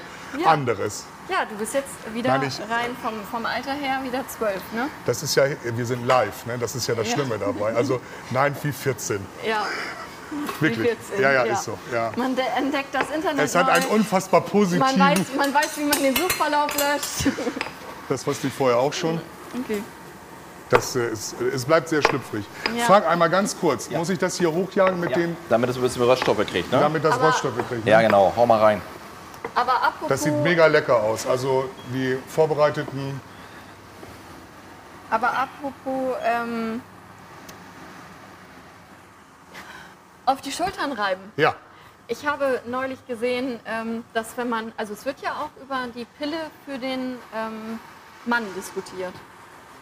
S2: anderes.
S3: Ja, du bist jetzt wieder
S2: Nein, ich-
S3: rein vom, vom Alter her wieder zwölf, ne?
S2: Das ist ja, wir sind live, ne? das ist ja das
S3: Ja.
S2: Schlimme dabei. Also nein, wie 14.
S3: Ja,
S2: Wirklich.
S3: 14,
S2: ja, ja,
S3: ja.
S2: ist so. Ja.
S3: man de- entdeckt das Internet
S2: Es hat einen
S3: neu.
S2: unfassbar
S3: Man
S2: positiven.
S3: weiß, man weiß, wie man den Suchverlauf löscht.
S2: Das wusste ich vorher auch schon.
S3: Okay.
S2: Das, äh, ist, äh, es bleibt sehr schlüpfrig.
S3: Ja.
S2: Frag einmal ganz kurz: Muss ich das hier hochjagen mit dem,
S4: Damit es ein bisschen Röststoffe kriegt, ne?
S2: damit das
S3: Aber-
S2: Roststoffe kriegt?
S4: Ja, genau. Hau mal rein.
S3: Aber apropos,
S2: Das sieht mega lecker aus. Also die vorbereiteten.
S3: aber apropos ähm, auf die Schultern reiben.
S2: Ja.
S3: Ich habe neulich gesehen, ähm, dass wenn man, also es wird ja auch über die Pille für den ähm, Mann diskutiert.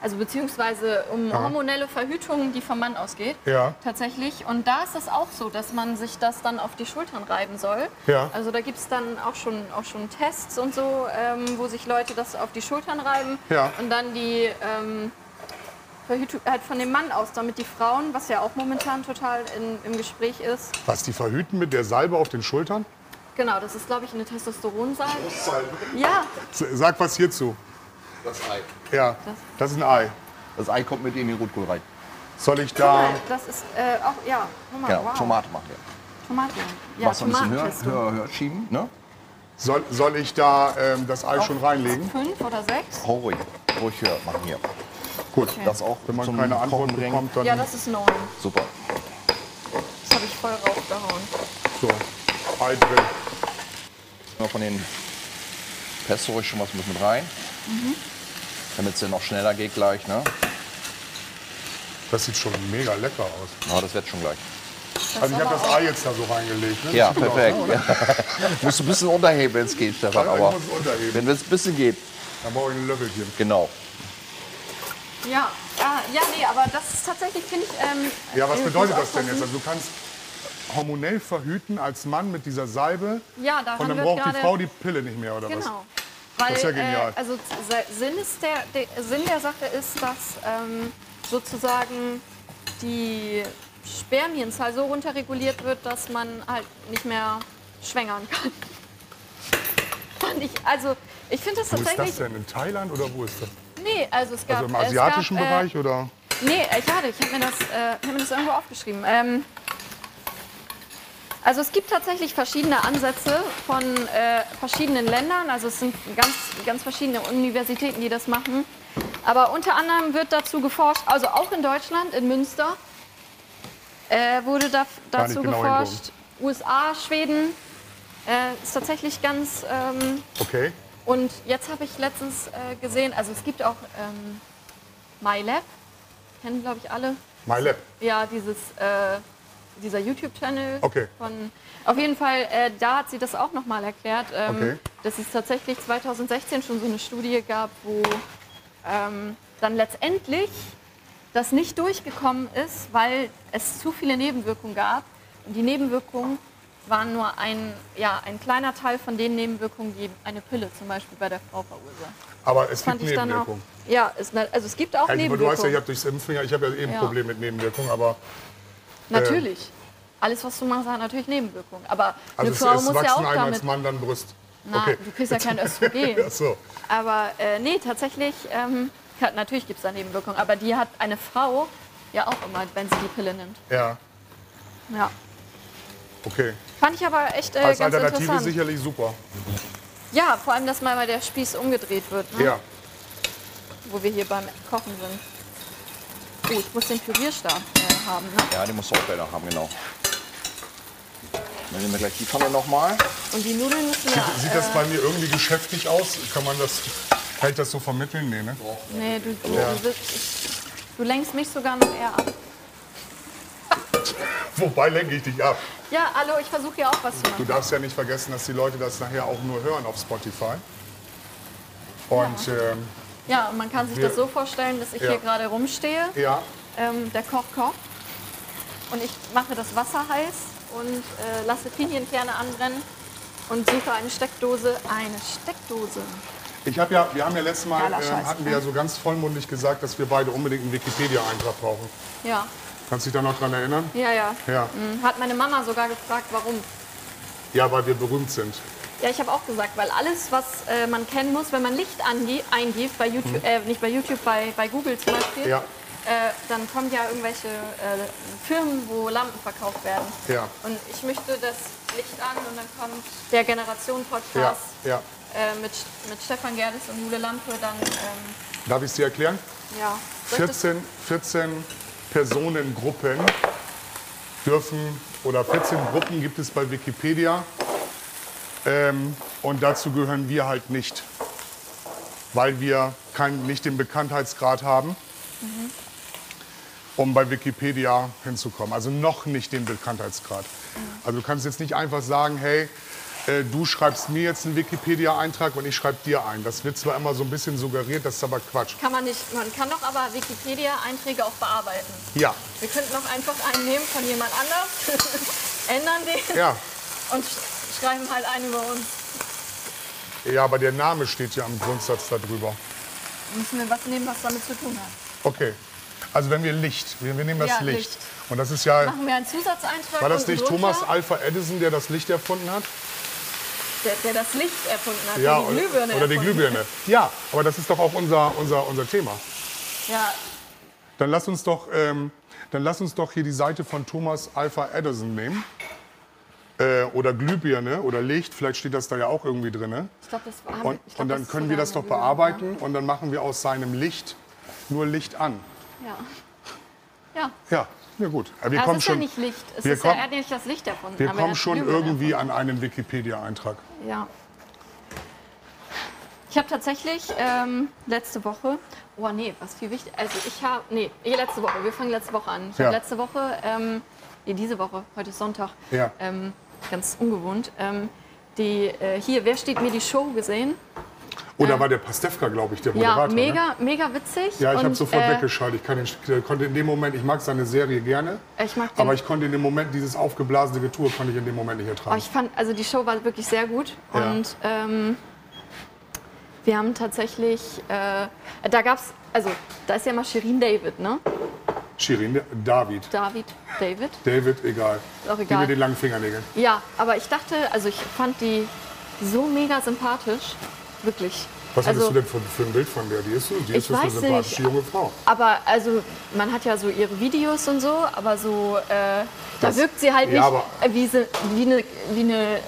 S3: Also beziehungsweise um
S2: Ja.
S3: hormonelle Verhütung, die vom Mann ausgeht.
S2: Ja.
S3: Tatsächlich. Und da ist es auch so, dass man sich das dann auf die Schultern reiben soll.
S2: Ja.
S3: Also da gibt es dann auch schon, auch schon Tests und so, ähm, wo sich Leute das auf die Schultern reiben
S2: Ja.
S3: und dann die ähm, Verhütung halt von dem Mann aus, damit die Frauen, was ja auch momentan total in, im Gespräch ist,
S2: Was, die verhüten mit der Salbe auf den Schultern?
S3: Genau, das ist, glaube ich, eine Testosteronsalbe. Ja,
S2: S- Sag was hierzu.
S4: Das Ei.
S2: Ja, das ist ein Ei.
S4: Das Ei kommt mit in den Rotkohl rein.
S2: Soll ich da...
S3: das ist äh, auch, ja, guck mal,
S4: Genau,
S3: wow.
S4: Tomate machen wir.
S3: Tomate. Ja,
S4: Wasser ein bisschen höher,
S3: Tomatenpesto.
S4: höher, höher schieben. Ne?
S2: Soll, soll ich da ähm, das Ei schon reinlegen?
S3: Fünf oder sechs?
S4: Hau ruhig, ruhig höher machen hier.
S2: Gut.
S4: Das auch
S2: Wenn man
S4: zum
S2: keine
S4: Kochen
S2: Antwort
S4: bringen.
S2: bekommt, dann
S3: Ja, das ist neun.
S4: Super.
S3: Das habe ich voll raufgehauen.
S2: so. Ei drin.
S4: Noch von den Pesto ruhig schon was ein bisschen mit rein. Mhm. Damit es dann noch schneller geht gleich. Ne?
S2: Das sieht schon mega lecker aus.
S4: Ja, das wird schon gleich.
S2: Also ich habe das Ei jetzt da so reingelegt. Ne?
S4: Ja,
S2: Das sieht gut
S4: perfekt.
S2: Aus, ne?
S4: Ja. (laughs) Musst du ein bisschen unterheben, wenn es geht, Stefan.
S2: Ja, ich
S4: Aber
S2: muss es unterheben.
S4: wenn es ein bisschen geht,
S2: Dann brauche ich ein Löffelchen.
S4: genau.
S3: Ja, ah, ja, nee, aber das ist tatsächlich, finde ich. Ähm,
S2: Ja, was
S3: ich muss
S2: bedeutet das denn
S3: aufpassen.
S2: jetzt? Also du kannst hormonell verhüten als Mann mit dieser Salbe
S3: Ja, da
S2: und
S3: haben
S2: dann
S3: wir
S2: braucht die
S3: gerade-
S2: Frau die Pille nicht mehr, oder was?
S3: Genau. Weil,
S2: Das ist ja genial.
S3: Äh, also se- Sinn, ist der, der, Sinn der Sache ist, dass ähm, sozusagen die Spermienzahl so runterreguliert wird, dass man halt nicht mehr schwängern kann. (laughs) Fand ich, also ich finde das
S2: Wo ist das
S3: tatsächlich.
S2: denn? In Thailand oder wo ist das?
S3: nee, also es gab.
S2: Also im
S3: es
S2: asiatischen
S3: gab, äh,
S2: Bereich oder?
S3: Nee, äh, schade, ich habe mir, das, äh, hab mir das irgendwo aufgeschrieben. Ähm, also es gibt tatsächlich verschiedene Ansätze von äh, verschiedenen Ländern. Also es sind ganz, ganz verschiedene Universitäten, die das machen. Aber unter anderem wird dazu geforscht, also auch in Deutschland, in Münster, äh, wurde da,
S2: Gar
S3: dazu
S2: nicht genau
S3: geforscht. USA, Schweden, äh, ist tatsächlich ganz... Ähm,
S2: Okay.
S3: und jetzt habe ich letztens äh, gesehen, also es gibt auch ähm, MyLab, kennen glaube ich alle.
S2: MyLab.
S3: Ja, dieses, äh, dieser YouTube-Channel.
S2: Okay.
S3: Von, auf jeden Fall, äh, da hat sie das auch nochmal erklärt, ähm,
S2: Okay.
S3: dass es tatsächlich 2016 schon so eine Studie gab, wo ähm, dann letztendlich das nicht durchgekommen ist, weil es zu viele Nebenwirkungen gab. Und die Nebenwirkungen waren nur ein, ja, ein kleiner Teil von den Nebenwirkungen, die eine Pille zum Beispiel bei der Frau verursacht.
S2: Aber es gibt
S3: Fand ich dann auch.
S2: Nebenwirkungen.
S3: Ja, ist, ne- also es gibt
S2: Ja, ich-
S3: auch
S2: aber du
S3: Nebenwirkungen.
S2: weißt ja, ich habe durchs Impfen, ja- ich habe ja eben ein
S3: Ja.
S2: Problem mit Nebenwirkungen, aber
S3: Natürlich. Alles, was du machst, hat natürlich Nebenwirkungen.
S2: Äh,
S3: Aber
S2: also
S3: eine
S2: es,
S3: Frau
S2: es
S3: muss ja
S2: wachsen
S3: auch
S2: einem als
S3: damit.
S2: Mann dann Brust.
S3: Na,
S2: okay.
S3: du kriegst
S2: (laughs)
S3: ja kein Östrogen.
S2: Ach so.
S3: aber äh, nee, tatsächlich, ähm, ja, natürlich gibt es da Nebenwirkungen. Aber die hat eine Frau ja auch immer, wenn sie die Pille nimmt.
S2: Ja,
S3: Ja.
S2: okay.
S3: Fand ich aber echt äh,
S2: Als
S3: ganz
S2: Alternative
S3: interessant.
S2: sicherlich super.
S3: Ja, vor allem, dass mal mal der Spieß umgedreht wird, ne?
S2: Ja.
S3: wo wir hier beim Kochen sind. Oh, ich muss den Pürierstab äh, haben. Ne?
S4: Ja, den musst du auch gleich noch haben, genau. Dann nehmen wir gleich die Pfanne nochmal.
S3: Und die Nudeln müssen ja.
S2: (laughs) Sieht das bei mir irgendwie geschäftig aus? Kann man das, kann ich das so vermitteln? Nee, ne?
S3: Nee, du, du, du, bist- du lenkst mich sogar noch eher ab.
S2: Wobei lenke ich dich ab.
S3: Ja, hallo, ich versuche ja auch was zu
S2: Du
S3: machen.
S2: darfst ja nicht vergessen, dass die Leute das nachher auch nur hören auf Spotify. Und ähm,
S3: Ja, und man kann sich
S2: Wir-
S3: das so vorstellen, dass ich
S2: Ja.
S3: hier gerade rumstehe,
S2: ja,
S3: ähm, der Koch kocht und ich mache das Wasser heiß und äh, lasse Pinienkerne anbrennen und suche eine Steckdose. Eine Steckdose.
S2: ich habe ja, wir haben ja letztes Mal,
S3: Geiler
S2: ähm,
S3: Scheiß,
S2: hatten wir
S3: ne?
S2: ja so ganz vollmundig gesagt, dass wir beide unbedingt einen Wikipedia-Eintrag brauchen.
S3: Ja,
S2: Kannst du dich da noch dran erinnern?
S3: ja, ja.
S2: Ja.
S3: Mhm. Hat meine Mama sogar gefragt, warum.
S2: Ja, weil wir berühmt sind.
S3: Ja, ich habe auch gesagt, weil alles, was äh, man kennen muss, wenn man Licht ange eingibt, bei YouTube, äh, nicht bei YouTube, bei, bei Google zum Beispiel,
S2: Mhm. Ja.
S3: äh, dann kommen ja irgendwelche äh, Firmen, wo Lampen verkauft werden.
S2: Ja.
S3: Und ich möchte das Licht an und dann kommt der
S2: Ja,
S3: Generation-Podcast
S2: ja.
S3: äh, mit, mit Stefan Gerdes und Jule Lampe, dann, ähm,
S2: Darf ich es dir erklären?
S3: ja. Soll ich das-
S2: 14, 14 Personengruppen dürfen oder 14 Gruppen gibt es bei Wikipedia. Ähm, und dazu gehören wir halt nicht, weil wir kein, nicht den Bekanntheitsgrad haben. um bei Wikipedia hinzukommen. Also noch nicht den Bekanntheitsgrad. Also du kannst jetzt nicht einfach sagen, hey, äh, du schreibst mir jetzt einen Wikipedia-Eintrag und ich schreibe dir einen. Das wird zwar immer so ein bisschen suggeriert, das ist aber Quatsch.
S3: Kann man nicht. Man kann doch aber Wikipedia-Einträge auch bearbeiten.
S2: Ja,
S3: Wir könnten doch einfach einen nehmen von jemand anders, (laughs) ändern den
S2: ja.
S3: und sch- schreiben halt einen über uns.
S2: Ja, aber der Name steht ja am Grundsatz darüber.
S3: Müssen wir was nehmen, was damit zu tun hat.
S2: Okay. Also wenn wir Licht, wir, wir nehmen das
S3: Ja,
S2: Licht.
S3: Licht.
S2: Und das ist ja,
S3: Machen wir einen Zusatzeintrag.
S2: war das
S3: unten
S2: nicht
S3: drunter,
S2: Thomas Alpha Edison, der das Licht erfunden hat?
S3: der, der das Licht erfunden hat,
S2: ja,
S3: der die Glühbirne
S2: oder die
S3: erfunden
S2: Glühbirne. Ja, aber das ist doch auch unser, unser, unser Thema.
S3: hat. Ja,
S2: Dann lass uns doch, ähm, dann lass uns doch hier die Seite von Thomas Alpha Edison nehmen. Äh, oder Glühbirne oder Licht, vielleicht steht das da ja auch irgendwie drin. Ne?
S3: ich glaube, das haben
S2: Und,
S3: ich glaub,
S2: und dann
S3: ist
S2: können wir
S3: sogar
S2: das doch
S3: eine Glühbirne,
S2: bearbeiten und dann machen wir aus seinem Licht nur Licht an.
S3: Ja. Ja,
S2: Ja, ja gut. Aber wir
S3: aber es
S2: kommen
S3: ist
S2: schon,
S3: ja nicht Licht. Es
S2: wir
S3: ist ja,
S2: kommen-
S3: er hat ja nicht das Licht erfunden.
S2: Wir
S3: aber er
S2: kommen
S3: hat
S2: schon
S3: Glühbirne
S2: irgendwie an einen Wikipedia-Eintrag.
S3: Ja. Ich habe tatsächlich ähm, letzte Woche, oh nee, was viel wichtig, also ich habe, nee, eh, letzte Woche, wir fangen letzte Woche an. Ich
S2: Ja.
S3: habe letzte Woche, ähm, nee, diese Woche, heute ist Sonntag,
S2: Ja.
S3: ähm, ganz ungewohnt, ähm, die, äh, hier, wer steht mir die Show gesehen?
S2: Oder war der Pastewka, glaube ich, der
S3: Ja,
S2: Moderator? Ne?
S3: mega, mega witzig.
S2: Ja, ich habe
S3: Und,
S2: sofort
S3: äh,
S2: weggeschaltet. Ich kann den, konnte in dem Moment, ich mag seine Serie gerne,
S3: Ich mag den
S2: aber ich konnte in dem Moment dieses aufgeblasene Getue konnte ich in dem Moment nicht
S3: Aber
S2: ertragen.
S3: ich fand, also die Show war wirklich sehr gut.
S2: Ja.
S3: Und ähm, wir haben tatsächlich, äh, da gab's, also da ist ja mal Shirin David, ne?
S2: Shirin, ne, David,
S3: David, David.
S2: David, egal.
S3: Ist auch
S2: Die
S3: egal.
S2: mit den langen Fingernägeln.
S3: Ja, aber ich dachte, also ich fand die so mega sympathisch. Wirklich.
S2: Was
S3: also,
S2: hattest du denn für, für ein Bild von der? Die ist, so- die
S3: Ich
S2: ist so eine
S3: weiß
S2: sympathische
S3: nicht.
S2: junge Frau.
S3: Aber also, man hat ja so ihre Videos und so, aber so, äh, da
S2: Das-
S3: wirkt sie halt
S2: ja,
S3: nicht
S2: aber-
S3: äh, wie, sie, wie, eine, wie eine,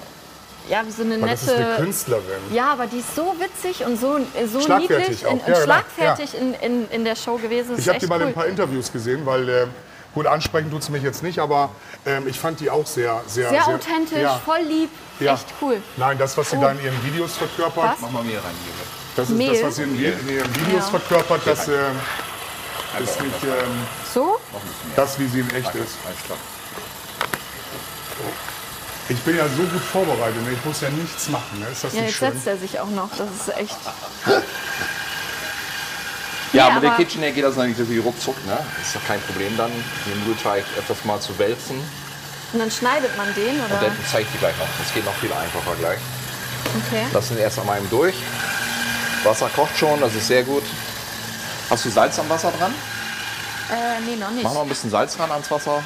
S3: ja, wie so eine
S2: Aber das
S3: nette.
S2: ist eine Künstlerin.
S3: Ja, aber die ist so witzig und so, äh, so
S2: Schlagfertig
S3: niedlich
S2: auch.
S3: und, und
S2: Ja, genau.
S3: schlagfertig in, in, in der Show gewesen. Das
S2: Ich
S3: ist
S2: habe
S3: echt
S2: die mal in
S3: cool.
S2: ein paar Interviews gesehen, weil äh, gut ansprechen tut sie mich jetzt nicht, aber ähm, ich fand die auch sehr, sehr,
S3: Sehr authentisch,
S2: ja.
S3: voll lieb,
S2: Ja.
S3: echt cool.
S2: Nein, das, was sie da in ihren Videos verkörpert,
S3: Was?
S4: Mach mal mir rein
S2: das ist das,
S3: Mehl?
S2: was sie in, in ihren Videos verkörpert, das äh, ist nicht ähm,
S3: So?
S2: das, wie sie in echt ist. Ich bin ja so gut vorbereitet, ne? ich muss ja nichts machen, ne? ist das
S3: Ja,
S2: nicht
S3: jetzt
S2: schön?
S3: setzt er sich auch noch. Das ist echt.
S4: Ja,
S3: Nee,
S4: mit der
S3: aber-
S4: KitchenAid geht das natürlich wie ruckzuck, ne? Ist doch kein Problem dann, den Rührteig öfters mal zu wälzen.
S3: Und dann schneidet man den, oder?
S4: Dann zeige ich dir gleich noch. Das geht noch viel einfacher gleich.
S3: Okay.
S4: Lassen wir erst einmal eben durch. Wasser kocht schon, das ist sehr gut. Hast du Salz am Wasser dran?
S3: Äh, nee, noch nicht.
S4: Mach noch ein bisschen Salz ran ans Wasser.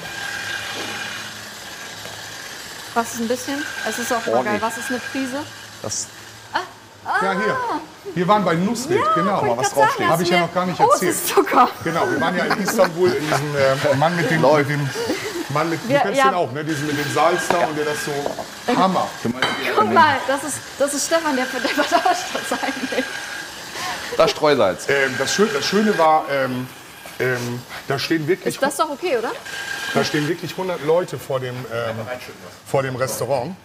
S3: Was ist ein bisschen? Es ist auch immer geil.
S4: Ordentlich.
S3: Was ist eine Prise?
S4: Das
S2: Ja, hier.
S3: Ah.
S2: Wir waren bei Nusret, genau.
S4: mal was draufsteht.
S2: Habe ich ja noch gar nicht
S3: Oh, es
S2: erzählt.
S3: ist
S2: (laughs)
S3: Zucker.
S2: Genau, wir waren ja in Istanbul in diesem äh, Mann mit dem, mit dem Mann mit,
S3: Wir-
S2: du kennst
S3: ja.
S2: den auch, ne? Diesen mit dem Salz da und der das so Hammer.
S3: Guck mal, das ist, das ist Stefan, der, der vertauscht das eigentlich.
S4: Das Streusalz.
S2: Ähm, das, Schöne, das Schöne war, ähm, ähm, da stehen wirklich
S3: Ist das doch okay, oder?
S2: Da stehen wirklich 100 Leute vor dem, ähm, vor dem Restaurant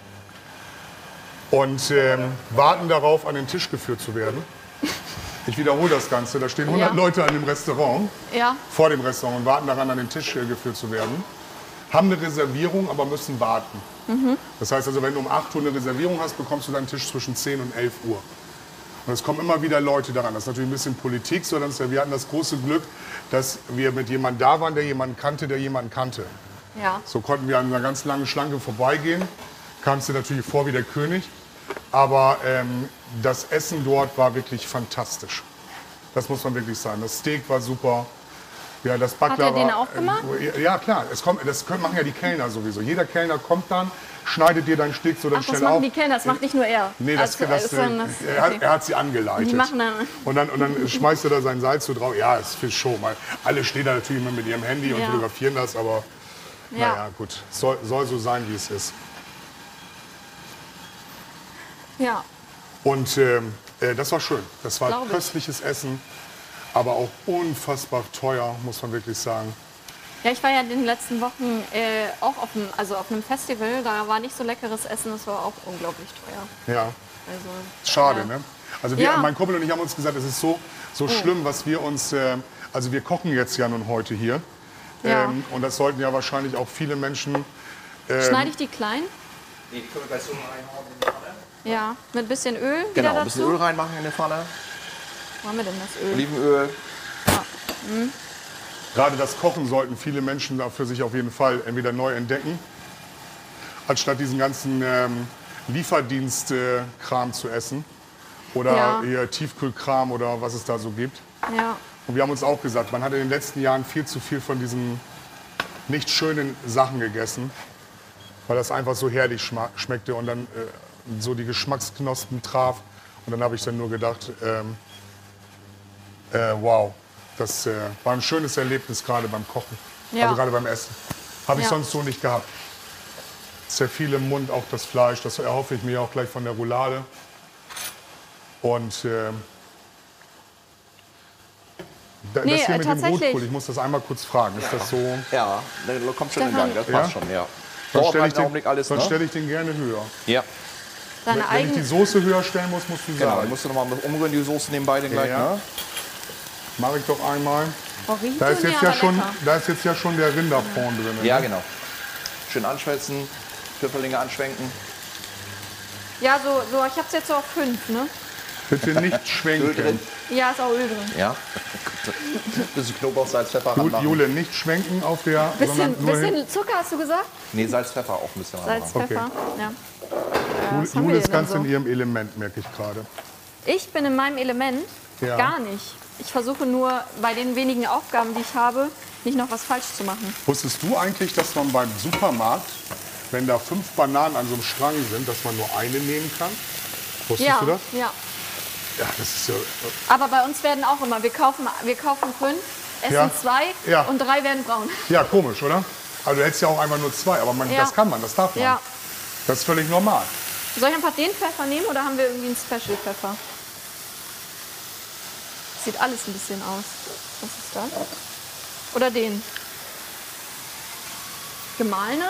S2: und ähm, warten darauf, an den Tisch geführt zu werden. Ich wiederhole das Ganze. Da stehen 100
S3: Ja.
S2: Leute an dem Restaurant,
S3: Ja.
S2: vor dem Restaurant und warten daran, an den Tisch äh, geführt zu werden. Haben eine Reservierung, aber müssen warten. Das heißt also, wenn du um 8 Uhr eine Reservierung hast, bekommst du deinen Tisch zwischen 10 und 11 Uhr. Und es kommen immer wieder Leute daran. Das ist natürlich ein bisschen Politik, sondern es- wir hatten das große Glück, dass wir mit jemandem da waren, der jemanden kannte, der jemanden kannte.
S3: Ja.
S2: So konnten wir an einer ganz langen Schlange vorbeigehen. Kamst du natürlich vor wie der König. Aber ähm, das Essen dort war wirklich fantastisch. Das muss man wirklich sagen. Das Steak war super. Ja, das Baklava,
S3: den auch gemacht?
S2: Ähm, ja, klar. Es kommt, das können, machen ja die Kellner sowieso. Jeder Kellner kommt dann, schneidet dir dein Steak so dann
S3: Ach, das
S2: schnell
S3: machen
S2: auf.
S3: die Kellner, das macht nicht nur er.
S2: Nee, das,
S3: Also,
S2: das, äh,
S3: ist dann das-
S2: er, hat,
S3: okay.
S2: er hat sie angeleitet.
S3: Die machen dann-
S2: und, dann, und dann schmeißt er da sein Salz so drauf. Ja, ist für Show. Weil alle stehen da natürlich immer mit ihrem Handy und
S3: Ja.
S2: fotografieren das, aber
S3: Ja.
S2: naja, gut. Soll, soll so sein, wie es ist.
S3: ja.
S2: Und ähm, äh, das war schön. Das war
S3: Glaub ich.
S2: köstliches Essen, aber auch unfassbar teuer, muss man wirklich sagen.
S3: Ja, ich war ja in den letzten Wochen äh, auch auf einem, also auf einem Festival. Da war nicht so leckeres Essen, das war auch unglaublich teuer.
S2: Ja,
S3: Also,
S2: schade,
S3: ja.
S2: ne? Also wir,
S3: Ja. Oh.
S2: mein Kumpel und ich haben uns gesagt, es ist so, so schlimm, was wir uns, äh, also wir kochen jetzt ja nun heute hier.
S3: Ja.
S2: Ähm, und das sollten ja wahrscheinlich auch viele Menschen. ähm,
S3: Schneide ich die klein?
S4: Die können wir gleich so reinhauen.
S3: Ja, mit ein bisschen Öl wieder
S4: Genau, ein bisschen
S3: dazu.
S4: Öl reinmachen in die Pfanne.
S3: Wo haben wir denn das Öl?
S4: Olivenöl.
S2: Gerade das Kochen sollten viele Menschen da für sich auf jeden Fall entweder neu entdecken, anstatt diesen ganzen ähm, Lieferdienst-Kram zu essen oder
S3: Ja.
S2: eher Tiefkühlkram oder was es da so gibt.
S3: Ja,
S2: Und wir haben uns auch gesagt, man hat in den letzten Jahren viel zu viel von diesen nicht schönen Sachen gegessen, weil das einfach so herrlich schma- schmeckte und dann äh, so die Geschmacksknospen traf. Und dann habe ich dann nur gedacht, ähm, äh, wow, das äh, war ein schönes Erlebnis gerade beim Kochen,
S3: Ja.
S2: also gerade beim Essen. Habe ich
S3: Ja.
S2: sonst so nicht gehabt. Sehr viel im Mund, auch das Fleisch, das erhoffe ich mir auch gleich von der Roulade. Und ähm, da,
S3: Nee,
S2: das hier
S3: äh,
S2: mit dem
S3: tatsächlich.
S2: Rotkohl, ich muss das einmal kurz fragen. Ist das so? Dann
S4: Ja, dann kommt schon in
S3: Stefan.
S4: Gang, das passt
S2: Ja?
S4: schon, ja. Dauert
S2: stelle
S4: halt
S2: ich,
S4: einen Augenblick
S2: den-
S4: alles,
S2: dann
S4: ne?
S2: stelle ich den gerne höher.
S4: Ja,
S3: deine
S2: Wenn ich die
S3: eigene.
S2: Soße höher stellen muss, musst du
S4: genau. Dann
S2: sagen.
S4: musst du nochmal umrühren, die Soße nebenbei dann gleich,
S2: Ja. Mhm.
S4: ne?
S2: Mache ich doch einmal.
S3: Oh, riecht
S2: Da ist,
S3: mir
S2: jetzt
S3: aber
S2: ja schon,
S3: lecker.
S2: da ist jetzt ja schon der Rinderfond drin. ne?
S4: Ja, genau. Schön anschwätzen, Pfifferlinge anschwenken.
S3: Ja, so, so ich habe es jetzt so auf fünf, ne?
S4: genau.
S2: Bitte nicht
S4: Öl
S2: schwenken.
S4: drin.
S3: Ja, ist auch Öl drin.
S4: Ja. (laughs) bisschen Knoblauch, Salz, Pfeffer
S2: Gut,
S4: ranmachen.
S2: Jule, nicht schwenken auf der,
S3: Bisschen,
S2: sondern nur hin.
S3: bisschen Zucker hast du gesagt?
S4: Nee, Salz, Pfeffer auch ein bisschen
S3: Salz,
S4: ranmachen.
S3: Pfeffer. Ja. Ja,
S2: Jule,
S3: was haben
S2: Jule
S3: wir
S2: ist
S3: denn
S2: ganz
S3: so?
S2: in ihrem Element, merke ich gerade.
S3: Ich bin in meinem Element
S2: Ja.
S3: gar nicht. Ich versuche nur bei den wenigen Aufgaben, die ich habe, nicht noch was falsch zu machen.
S2: Wusstest du eigentlich, dass man beim Supermarkt, wenn da fünf Bananen an so einem Strang sind, dass man nur eine nehmen kann? Wusstest
S3: ja,
S2: du das?
S3: ja.
S2: Ja, das ist ja.
S3: Aber bei uns werden auch immer, wir kaufen, wir kaufen fünf, essen
S2: Ja.
S3: zwei
S2: Ja.
S3: und drei werden braun.
S2: Ja, komisch, oder? Also du hättest ja auch einmal nur zwei, aber man,
S3: Ja.
S2: das kann man, das darf man.
S3: Ja.
S2: Das ist völlig normal.
S3: Soll ich einfach den Pfeffer nehmen oder haben wir irgendwie einen Special Pfeffer? Sieht alles ein bisschen aus. Was ist das? Oder den? Gemahlenen?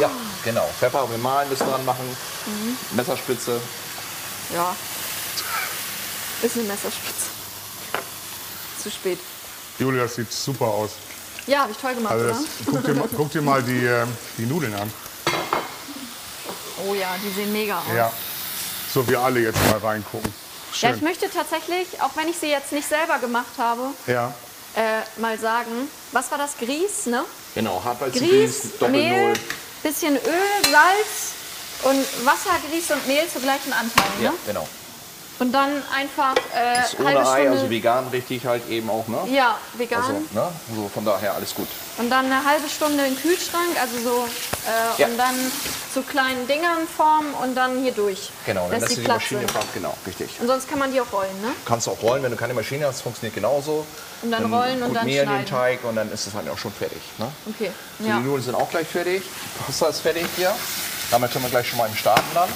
S4: Ja, genau. Pfeffer, wir malen, bisschen dran machen.
S3: Mhm.
S4: Messerspitze.
S3: Ja. Ist eine Messerspitze. Zu spät.
S2: Jule, das sieht super aus.
S3: Ja, habe ich toll gemacht,
S2: Also das,
S3: oder?
S2: guck, dir, mal- guck dir mal die, äh, die Nudeln an.
S3: Oh ja, die sehen mega aus.
S2: Ja. So, wir alle jetzt mal reingucken.
S3: Ja, ich
S2: Schön.
S3: möchte tatsächlich, auch wenn ich sie jetzt nicht selber gemacht habe,
S2: Ja.
S3: äh, mal sagen, was war das? Grieß, ne?
S4: Genau, Hartweizen,
S3: Grieß, Mehl,
S4: Doppel-Null.
S3: bisschen Öl, Salz und Wasser, Grieß und Mehl zu gleichen Anteilen.
S4: Ja,
S3: Ne?
S4: genau.
S3: Und dann einfach äh,
S4: Ist
S3: halbe
S4: ohne Ei,
S3: Stunde.
S4: also vegan richtig halt eben auch, ne?
S3: ja, vegan.
S4: Also, ne? so von daher alles gut.
S3: Und dann eine halbe Stunde in den Kühlschrank, also so. Äh,
S4: Ja.
S3: Und dann zu kleinen Dingern formen und dann hier durch.
S4: Genau,
S3: dass
S4: dann lässt
S3: die
S4: du die
S3: platt
S4: Maschine
S3: sind.
S4: fahren. Genau, richtig.
S3: Und sonst kann man die auch rollen, ne?
S4: Kannst auch rollen, wenn du keine Maschine hast, funktioniert genauso.
S3: Und dann rollen und
S4: gut
S3: dann
S4: Mehl in den
S3: schneiden.
S4: Teig und dann ist es halt auch schon fertig. Ne?
S3: Okay.
S4: So,
S3: Ja.
S4: Die Nudeln sind auch gleich fertig. Die Pasta ist fertig hier. Damit können wir gleich schon mal im Starten dann.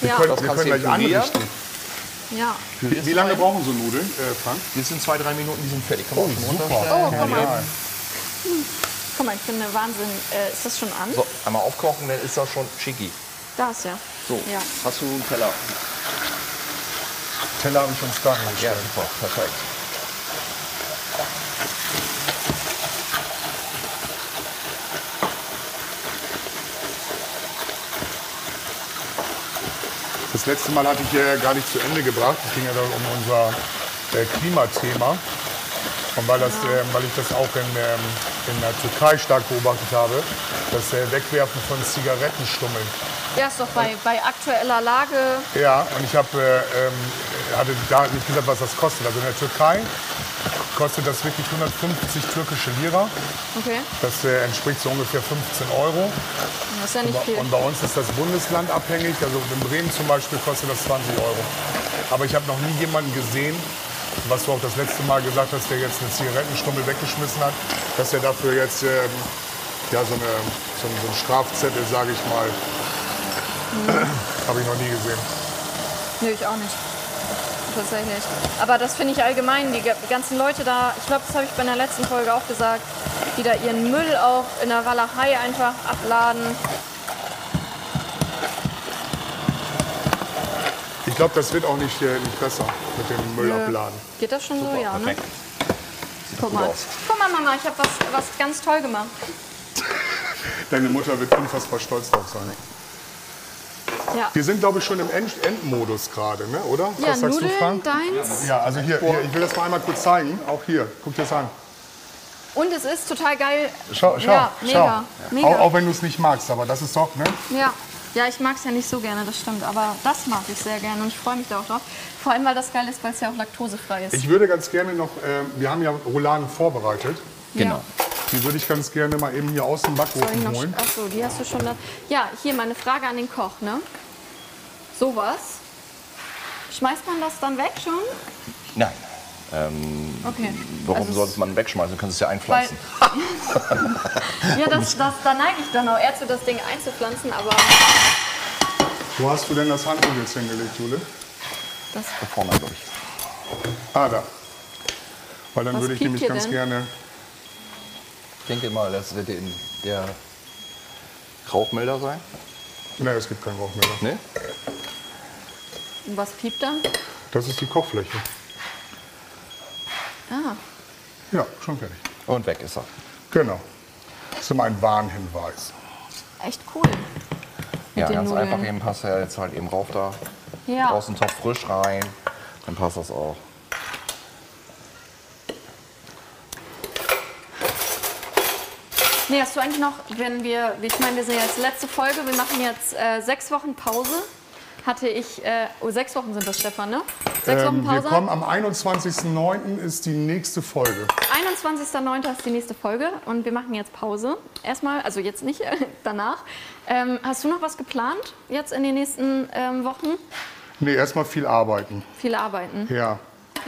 S3: Ja.
S2: Könnt-
S4: Das
S2: wir
S4: kannst
S2: können
S4: du
S2: gleich
S4: ignorieren.
S2: anrichten.
S3: ja.
S2: Wie, wie lange brauchen so Nudeln, äh, Frank?
S4: Die sind zwei, drei Minuten, die sind fertig. Kann man auch schon runterstellen.
S2: Super.
S3: Oh, komm mal.
S2: Ja.
S3: Guck mal, ich finde Wahnsinn. Äh, ist das schon an?
S4: So, einmal aufkochen, dann ist das schon schicki.
S3: Da ist ja.
S4: So,
S3: Ja.
S4: hast du einen Teller?
S2: Teller habe ich schon stark
S4: Ja,
S2: gestellt.
S4: super, perfekt.
S2: Das letzte Mal hatte ich äh, gar nicht zu Ende gebracht. Es ging ja da um unser äh, Klimathema. Und weil, das, ähm, weil ich das auch in, ähm, in der Türkei stark beobachtet habe, das äh, Wegwerfen von Zigarettenstummeln.
S3: Ja, ist doch bei, bei aktueller Lage.
S2: Ja, und ich hab, äh, ähm, hatte da nicht gesagt, was das kostet. Also in der Türkei kostet das wirklich 150 türkische Lira.
S3: Okay.
S2: Das äh, entspricht so ungefähr 15 Euro.
S3: Das ist ja nicht viel.
S2: Und bei uns ist das Bundesland abhängig. Also in Bremen zum Beispiel kostet das 20 Euro. Aber ich habe noch nie jemanden gesehen, was du auch das letzte Mal gesagt hast, der jetzt eine Zigarettenstummel weggeschmissen hat, dass er dafür jetzt ähm, ja, so, eine, so, einen- so einen Strafzettel, sage ich mal, habe ich noch nie gesehen.
S3: Nö, ich auch nicht. Tatsächlich. Aber das finde ich allgemein, die ga- ganzen Leute da, ich glaube, das habe ich bei der letzten Folge auch gesagt, die da ihren Müll auch in der Walachei einfach abladen.
S2: Ich glaube, das wird auch nicht, äh, nicht besser mit dem Müll abladen.
S3: Geht das schon so? Ja, ne?
S4: Perfekt.
S3: Guck mal.
S4: aus.
S3: Guck mal, Mama, ich habe was, was ganz toll gemacht.
S2: Deine Mutter wird unfassbar stolz drauf sein.
S3: Ja,
S2: Wir sind, glaube ich, schon im End Endmodus gerade, ne? oder?
S3: ja Nudeln, deins.
S2: Ja, also hier, hier, ich will das mal einmal kurz zeigen. Auch hier, guck dir das an.
S3: Und es ist total geil.
S2: Schau, schau,
S3: ja, mega,
S2: schau.
S3: mega.
S2: Auch, auch wenn du es nicht magst, aber das ist doch, ne?
S3: Ja. Ja, ich mag es ja nicht so gerne, das stimmt. Aber das mag ich sehr gerne und ich freue mich da auch drauf. Vor allem, weil das geil ist, weil es ja auch laktosefrei ist.
S2: Ich würde ganz gerne noch, äh, wir haben ja Rouladen vorbereitet.
S4: Genau.
S2: Die würde ich ganz gerne mal eben hier aus dem
S3: Soll ich
S2: Backofen
S3: noch,
S2: holen.
S3: achso, die hast du schon. da- Ja, hier meine Frage an den Koch, ne? Sowas. Schmeißt man das dann weg schon?
S4: Nein. Ähm,
S3: Okay.
S4: warum
S3: Also es-
S4: sollte man wegschmeißen? Du kannst es ja
S3: (laughs) Weil,
S4: einpflanzen.
S3: ja, das, das, da neige ich dann auch eher zu, das Ding einzupflanzen, aber
S2: Wo hast du denn das Handtuch jetzt hingelegt, Jule?
S3: das
S4: Da vorne, glaube ich.
S2: Ah, da. Weil dann
S3: Was
S2: würde ich
S3: piept
S2: nämlich
S3: hier
S2: ganz
S3: denn?
S2: gerne.
S4: Ich denke mal, das wird der- der Rauchmelder sein.
S2: Ne, es gibt keinen Rauchmelder.
S4: Ne?
S3: Und was piept dann?
S2: Das ist die Kochfläche.
S3: Ah,
S2: Ja, schon fertig.
S4: Und weg ist er.
S2: Genau. Das ist immer ein Warnhinweis.
S3: echt cool.
S4: ja,
S3: den
S4: ganz
S3: Nudeln.
S4: einfach. Eben passt er jetzt halt eben rauf da.
S3: Ja.
S4: Aus dem Topf frisch rein. Dann passt das auch.
S3: Nee, hast du eigentlich noch, wenn wir, ich meine, wir sind jetzt letzte Folge, wir machen jetzt äh, sechs Wochen Pause. Hatte ich, äh, oh, sechs Wochen sind das, Stefan, ne? Sechs
S2: Ähm,
S3: Wochen
S2: wir
S3: Pause.
S2: kommen am 21.09. ist die nächste Folge.
S3: 21.09. ist die nächste Folge und wir machen jetzt Pause. Erstmal, also jetzt nicht, (laughs) danach. Ähm, hast du noch was geplant jetzt in den nächsten ähm, Wochen?
S2: Nee, erstmal viel arbeiten.
S3: Viel arbeiten.
S2: Ja,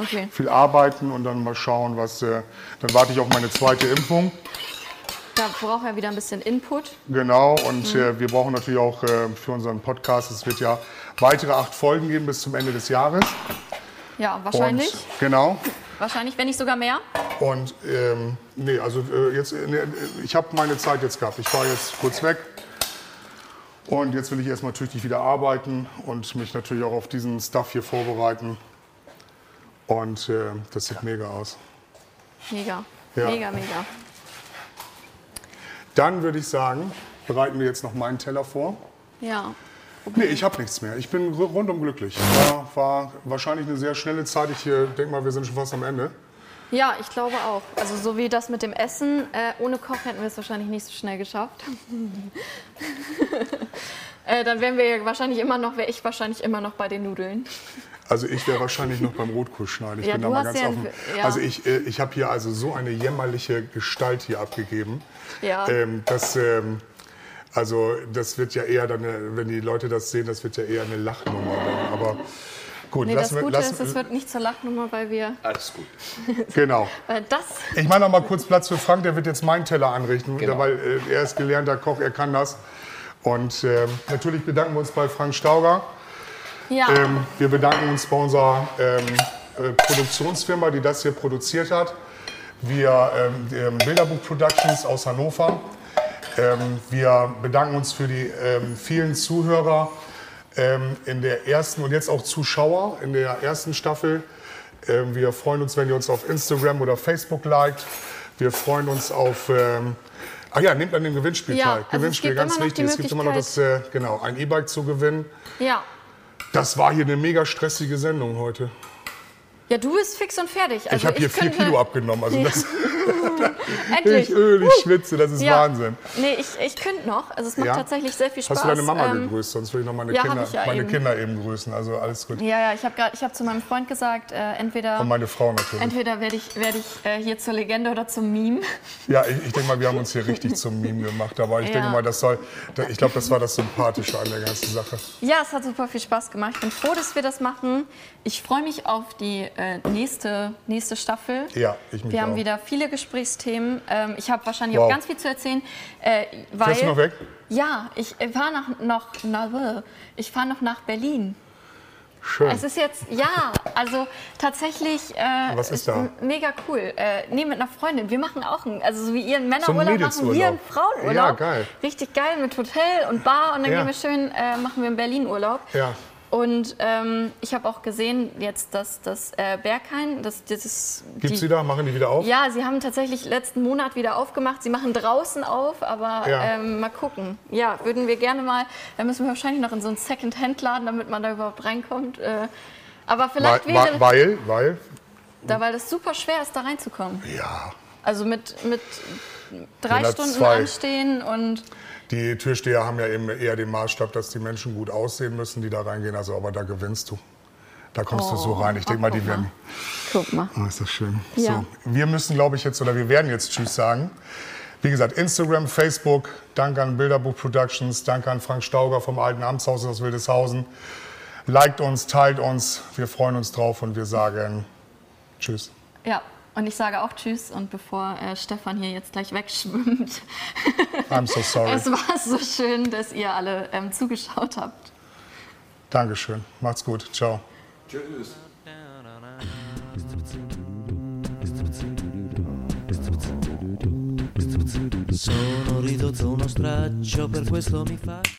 S3: Okay.
S2: viel arbeiten und dann mal schauen, was. Äh, dann warte ich auf meine zweite Impfung.
S3: Da braucht er wieder ein bisschen Input.
S2: Genau, und
S3: Mhm.
S2: äh, wir brauchen natürlich auch äh, für unseren Podcast, es wird ja weitere acht Folgen geben bis zum Ende des Jahres.
S3: Ja, wahrscheinlich.
S2: Und, genau.
S3: Wahrscheinlich, wenn nicht sogar mehr.
S2: Und ähm, nee, also äh, jetzt, äh, nee, ich habe meine Zeit jetzt gehabt. Ich war jetzt kurz weg. Und jetzt will ich erstmal tüchtig wieder arbeiten und mich natürlich auch auf diesen Stuff hier vorbereiten. Und äh, das sieht mega aus.
S3: Mega.
S2: Ja.
S3: Mega, mega.
S2: Dann würde ich sagen, bereiten wir jetzt noch meinen Teller vor.
S3: Ja.
S2: Nee, ich habe nichts mehr. Ich bin ru- rundum glücklich. War, war wahrscheinlich eine sehr schnelle Zeit. Ich äh, denke mal, wir sind schon fast am Ende.
S3: Ja, ich glaube auch. Also so wie das mit dem Essen, äh, ohne Koch hätten wir es wahrscheinlich nicht so schnell geschafft. (laughs) äh, dann wären wir ja wahrscheinlich immer noch, wäre ich wahrscheinlich immer noch bei den Nudeln.
S2: Also ich wäre wahrscheinlich noch beim Rotkohl schneiden. Ich
S3: Ja,
S2: bin da
S3: du
S2: mal
S3: hast
S2: ganz
S3: ja
S2: offen.
S3: ein- ja.
S2: Also ich, äh, ich habe hier also so eine jämmerliche Gestalt hier abgegeben.
S3: Ja.
S2: Ähm, das, ähm, also das wird ja eher dann, eine, wenn die Leute das sehen, das wird ja eher eine Lachnummer. Dann. Aber gut,
S3: Nee, das
S2: lassen wir,
S3: Gute
S2: lassen,
S3: ist, es wird nicht zur Lachnummer, weil wir.
S4: Alles gut.
S2: genau.
S3: Weil das.
S2: Ich mache noch mal kurz Platz für Frank. Der wird jetzt meinen Teller anrichten,
S4: Genau.
S2: weil äh, er ist gelernter Koch, er kann das. Und ähm, natürlich bedanken wir uns bei Frank Stauger.
S3: Ja,
S2: Ähm, wir bedanken uns bei unserer ähm, äh, Produktionsfirma, die das hier produziert hat. Wir, ähm, ähm, Bilderbuch Productions aus Hannover. Ähm, wir bedanken uns für die ähm, vielen Zuhörer ähm, in der ersten und jetzt auch Zuschauer in der ersten Staffel. Ähm, wir freuen uns, wenn ihr uns auf Instagram oder Facebook liked. Wir freuen uns auf. Ähm, ach ja, nehmt an dem Gewinnspiel
S3: Ja,
S2: teil.
S3: also es
S2: Gewinnspiel,
S3: gibt
S2: ganz
S3: immer noch die
S2: wichtig. Es gibt immer noch das, äh, genau, ein E-Bike zu gewinnen.
S3: ja.
S2: Das war hier eine mega stressige Sendung heute.
S3: Ja, du bist fix und fertig. Also
S2: ich habe hier vier
S3: könnte-
S2: Kilo abgenommen.
S3: (laughs)
S2: Also das,
S3: Endlich.
S2: ich äh. öl, ich schwitze, das ist
S3: Ja.
S2: Wahnsinn.
S3: Nee, ich, ich könnte noch. Also es macht
S2: Ja?
S3: tatsächlich sehr viel Spaß.
S2: Hast du deine Mama
S3: Ähm,
S2: gegrüßt? Sonst würde ich noch meine,
S3: ja, hab
S2: Kinder,
S3: ich ja
S2: meine
S3: eben.
S2: Kinder eben grüßen. Also alles gut.
S3: Ja, ja, ich habe gerade, ich habe zu meinem Freund gesagt, äh, entweder,
S2: Und meine Frau natürlich.
S3: entweder werde ich, werde ich äh, hier zur Legende oder zum Meme. (laughs)
S2: Ja, ich, ich denke mal, wir haben uns hier richtig zum Meme gemacht. Aber ich
S3: Ja.
S2: denke mal, das soll, da- ich glaube, das war das Sympathische an der ganzen Sache.
S3: Ja, es hat super viel Spaß gemacht. Ich bin froh, dass wir das machen. Ich freue mich auf die äh, nächste, nächste Staffel.
S2: Ja, ich mich
S3: Wir haben
S2: auch.
S3: wieder viele Gesprächsthemen. Ähm, ich habe wahrscheinlich auch
S2: Wow.
S3: ganz viel zu erzählen. Äh, weil,
S2: Fährst du noch weg?
S3: Ja, ich fahre nach, noch, na, ich fahr noch nach Berlin.
S2: Schön.
S3: Es ist jetzt, ja, also tatsächlich. Äh,
S2: Was ist da?
S3: m- Mega cool. Äh, nee, mit einer Freundin. Wir machen auch einen, also so wie ihr einen Männerurlaub, machen wir
S2: Mädelsurlaub.
S3: einen Frauenurlaub.
S2: Ja, geil.
S3: Richtig geil mit Hotel und Bar und dann
S2: Ja.
S3: gehen wir schön, äh, machen wir einen Berlin-Urlaub.
S2: ja.
S3: Und ähm, ich habe auch gesehen, jetzt, dass das äh, Berghain, das, dieses.
S2: Gibt's
S3: die-
S2: die da? Machen die wieder auf?
S3: Ja, sie haben tatsächlich letzten Monat wieder aufgemacht. Sie machen draußen auf, aber
S2: Ja.
S3: ähm, mal gucken. Ja, würden wir gerne mal. Da müssen wir wahrscheinlich noch in so einen Second-Hand-Laden, damit man da überhaupt reinkommt. Äh, aber vielleicht
S2: weil,
S3: wäre,
S2: weil- weil, weil,
S3: da, weil das super schwer ist, da reinzukommen.
S2: ja,
S3: Also mit, mit drei
S2: Wenn da
S3: Stunden
S2: zwei-
S3: anstehen und
S2: die Türsteher haben ja eben eher den Maßstab, dass die Menschen gut aussehen müssen, die da reingehen. Also, aber da gewinnst du. Da kommst du so
S3: Oh,
S2: rein. Ich denke mal, die
S3: guck mal.
S2: werden.
S3: guck mal.
S2: Ah, ist das schön.
S3: Ja.
S2: So, wir müssen, glaube ich, jetzt oder wir werden jetzt Tschüss sagen. Wie gesagt, Instagram, Facebook, danke an Bilderbuch Productions, danke an Frank Stauger vom Alten Amtshaus aus Wildeshausen. Liked uns, teilt uns, wir freuen uns drauf und wir sagen Tschüss.
S3: Ja, und ich sage auch Tschüss. Und bevor äh, Stefan hier jetzt gleich wegschwimmt,
S2: I'm so sorry.
S3: es war so schön, dass ihr alle ähm, zugeschaut habt.
S2: Dankeschön. Macht's gut. Ciao.
S5: Sono ridotto a uno straccio, per questo mi fa.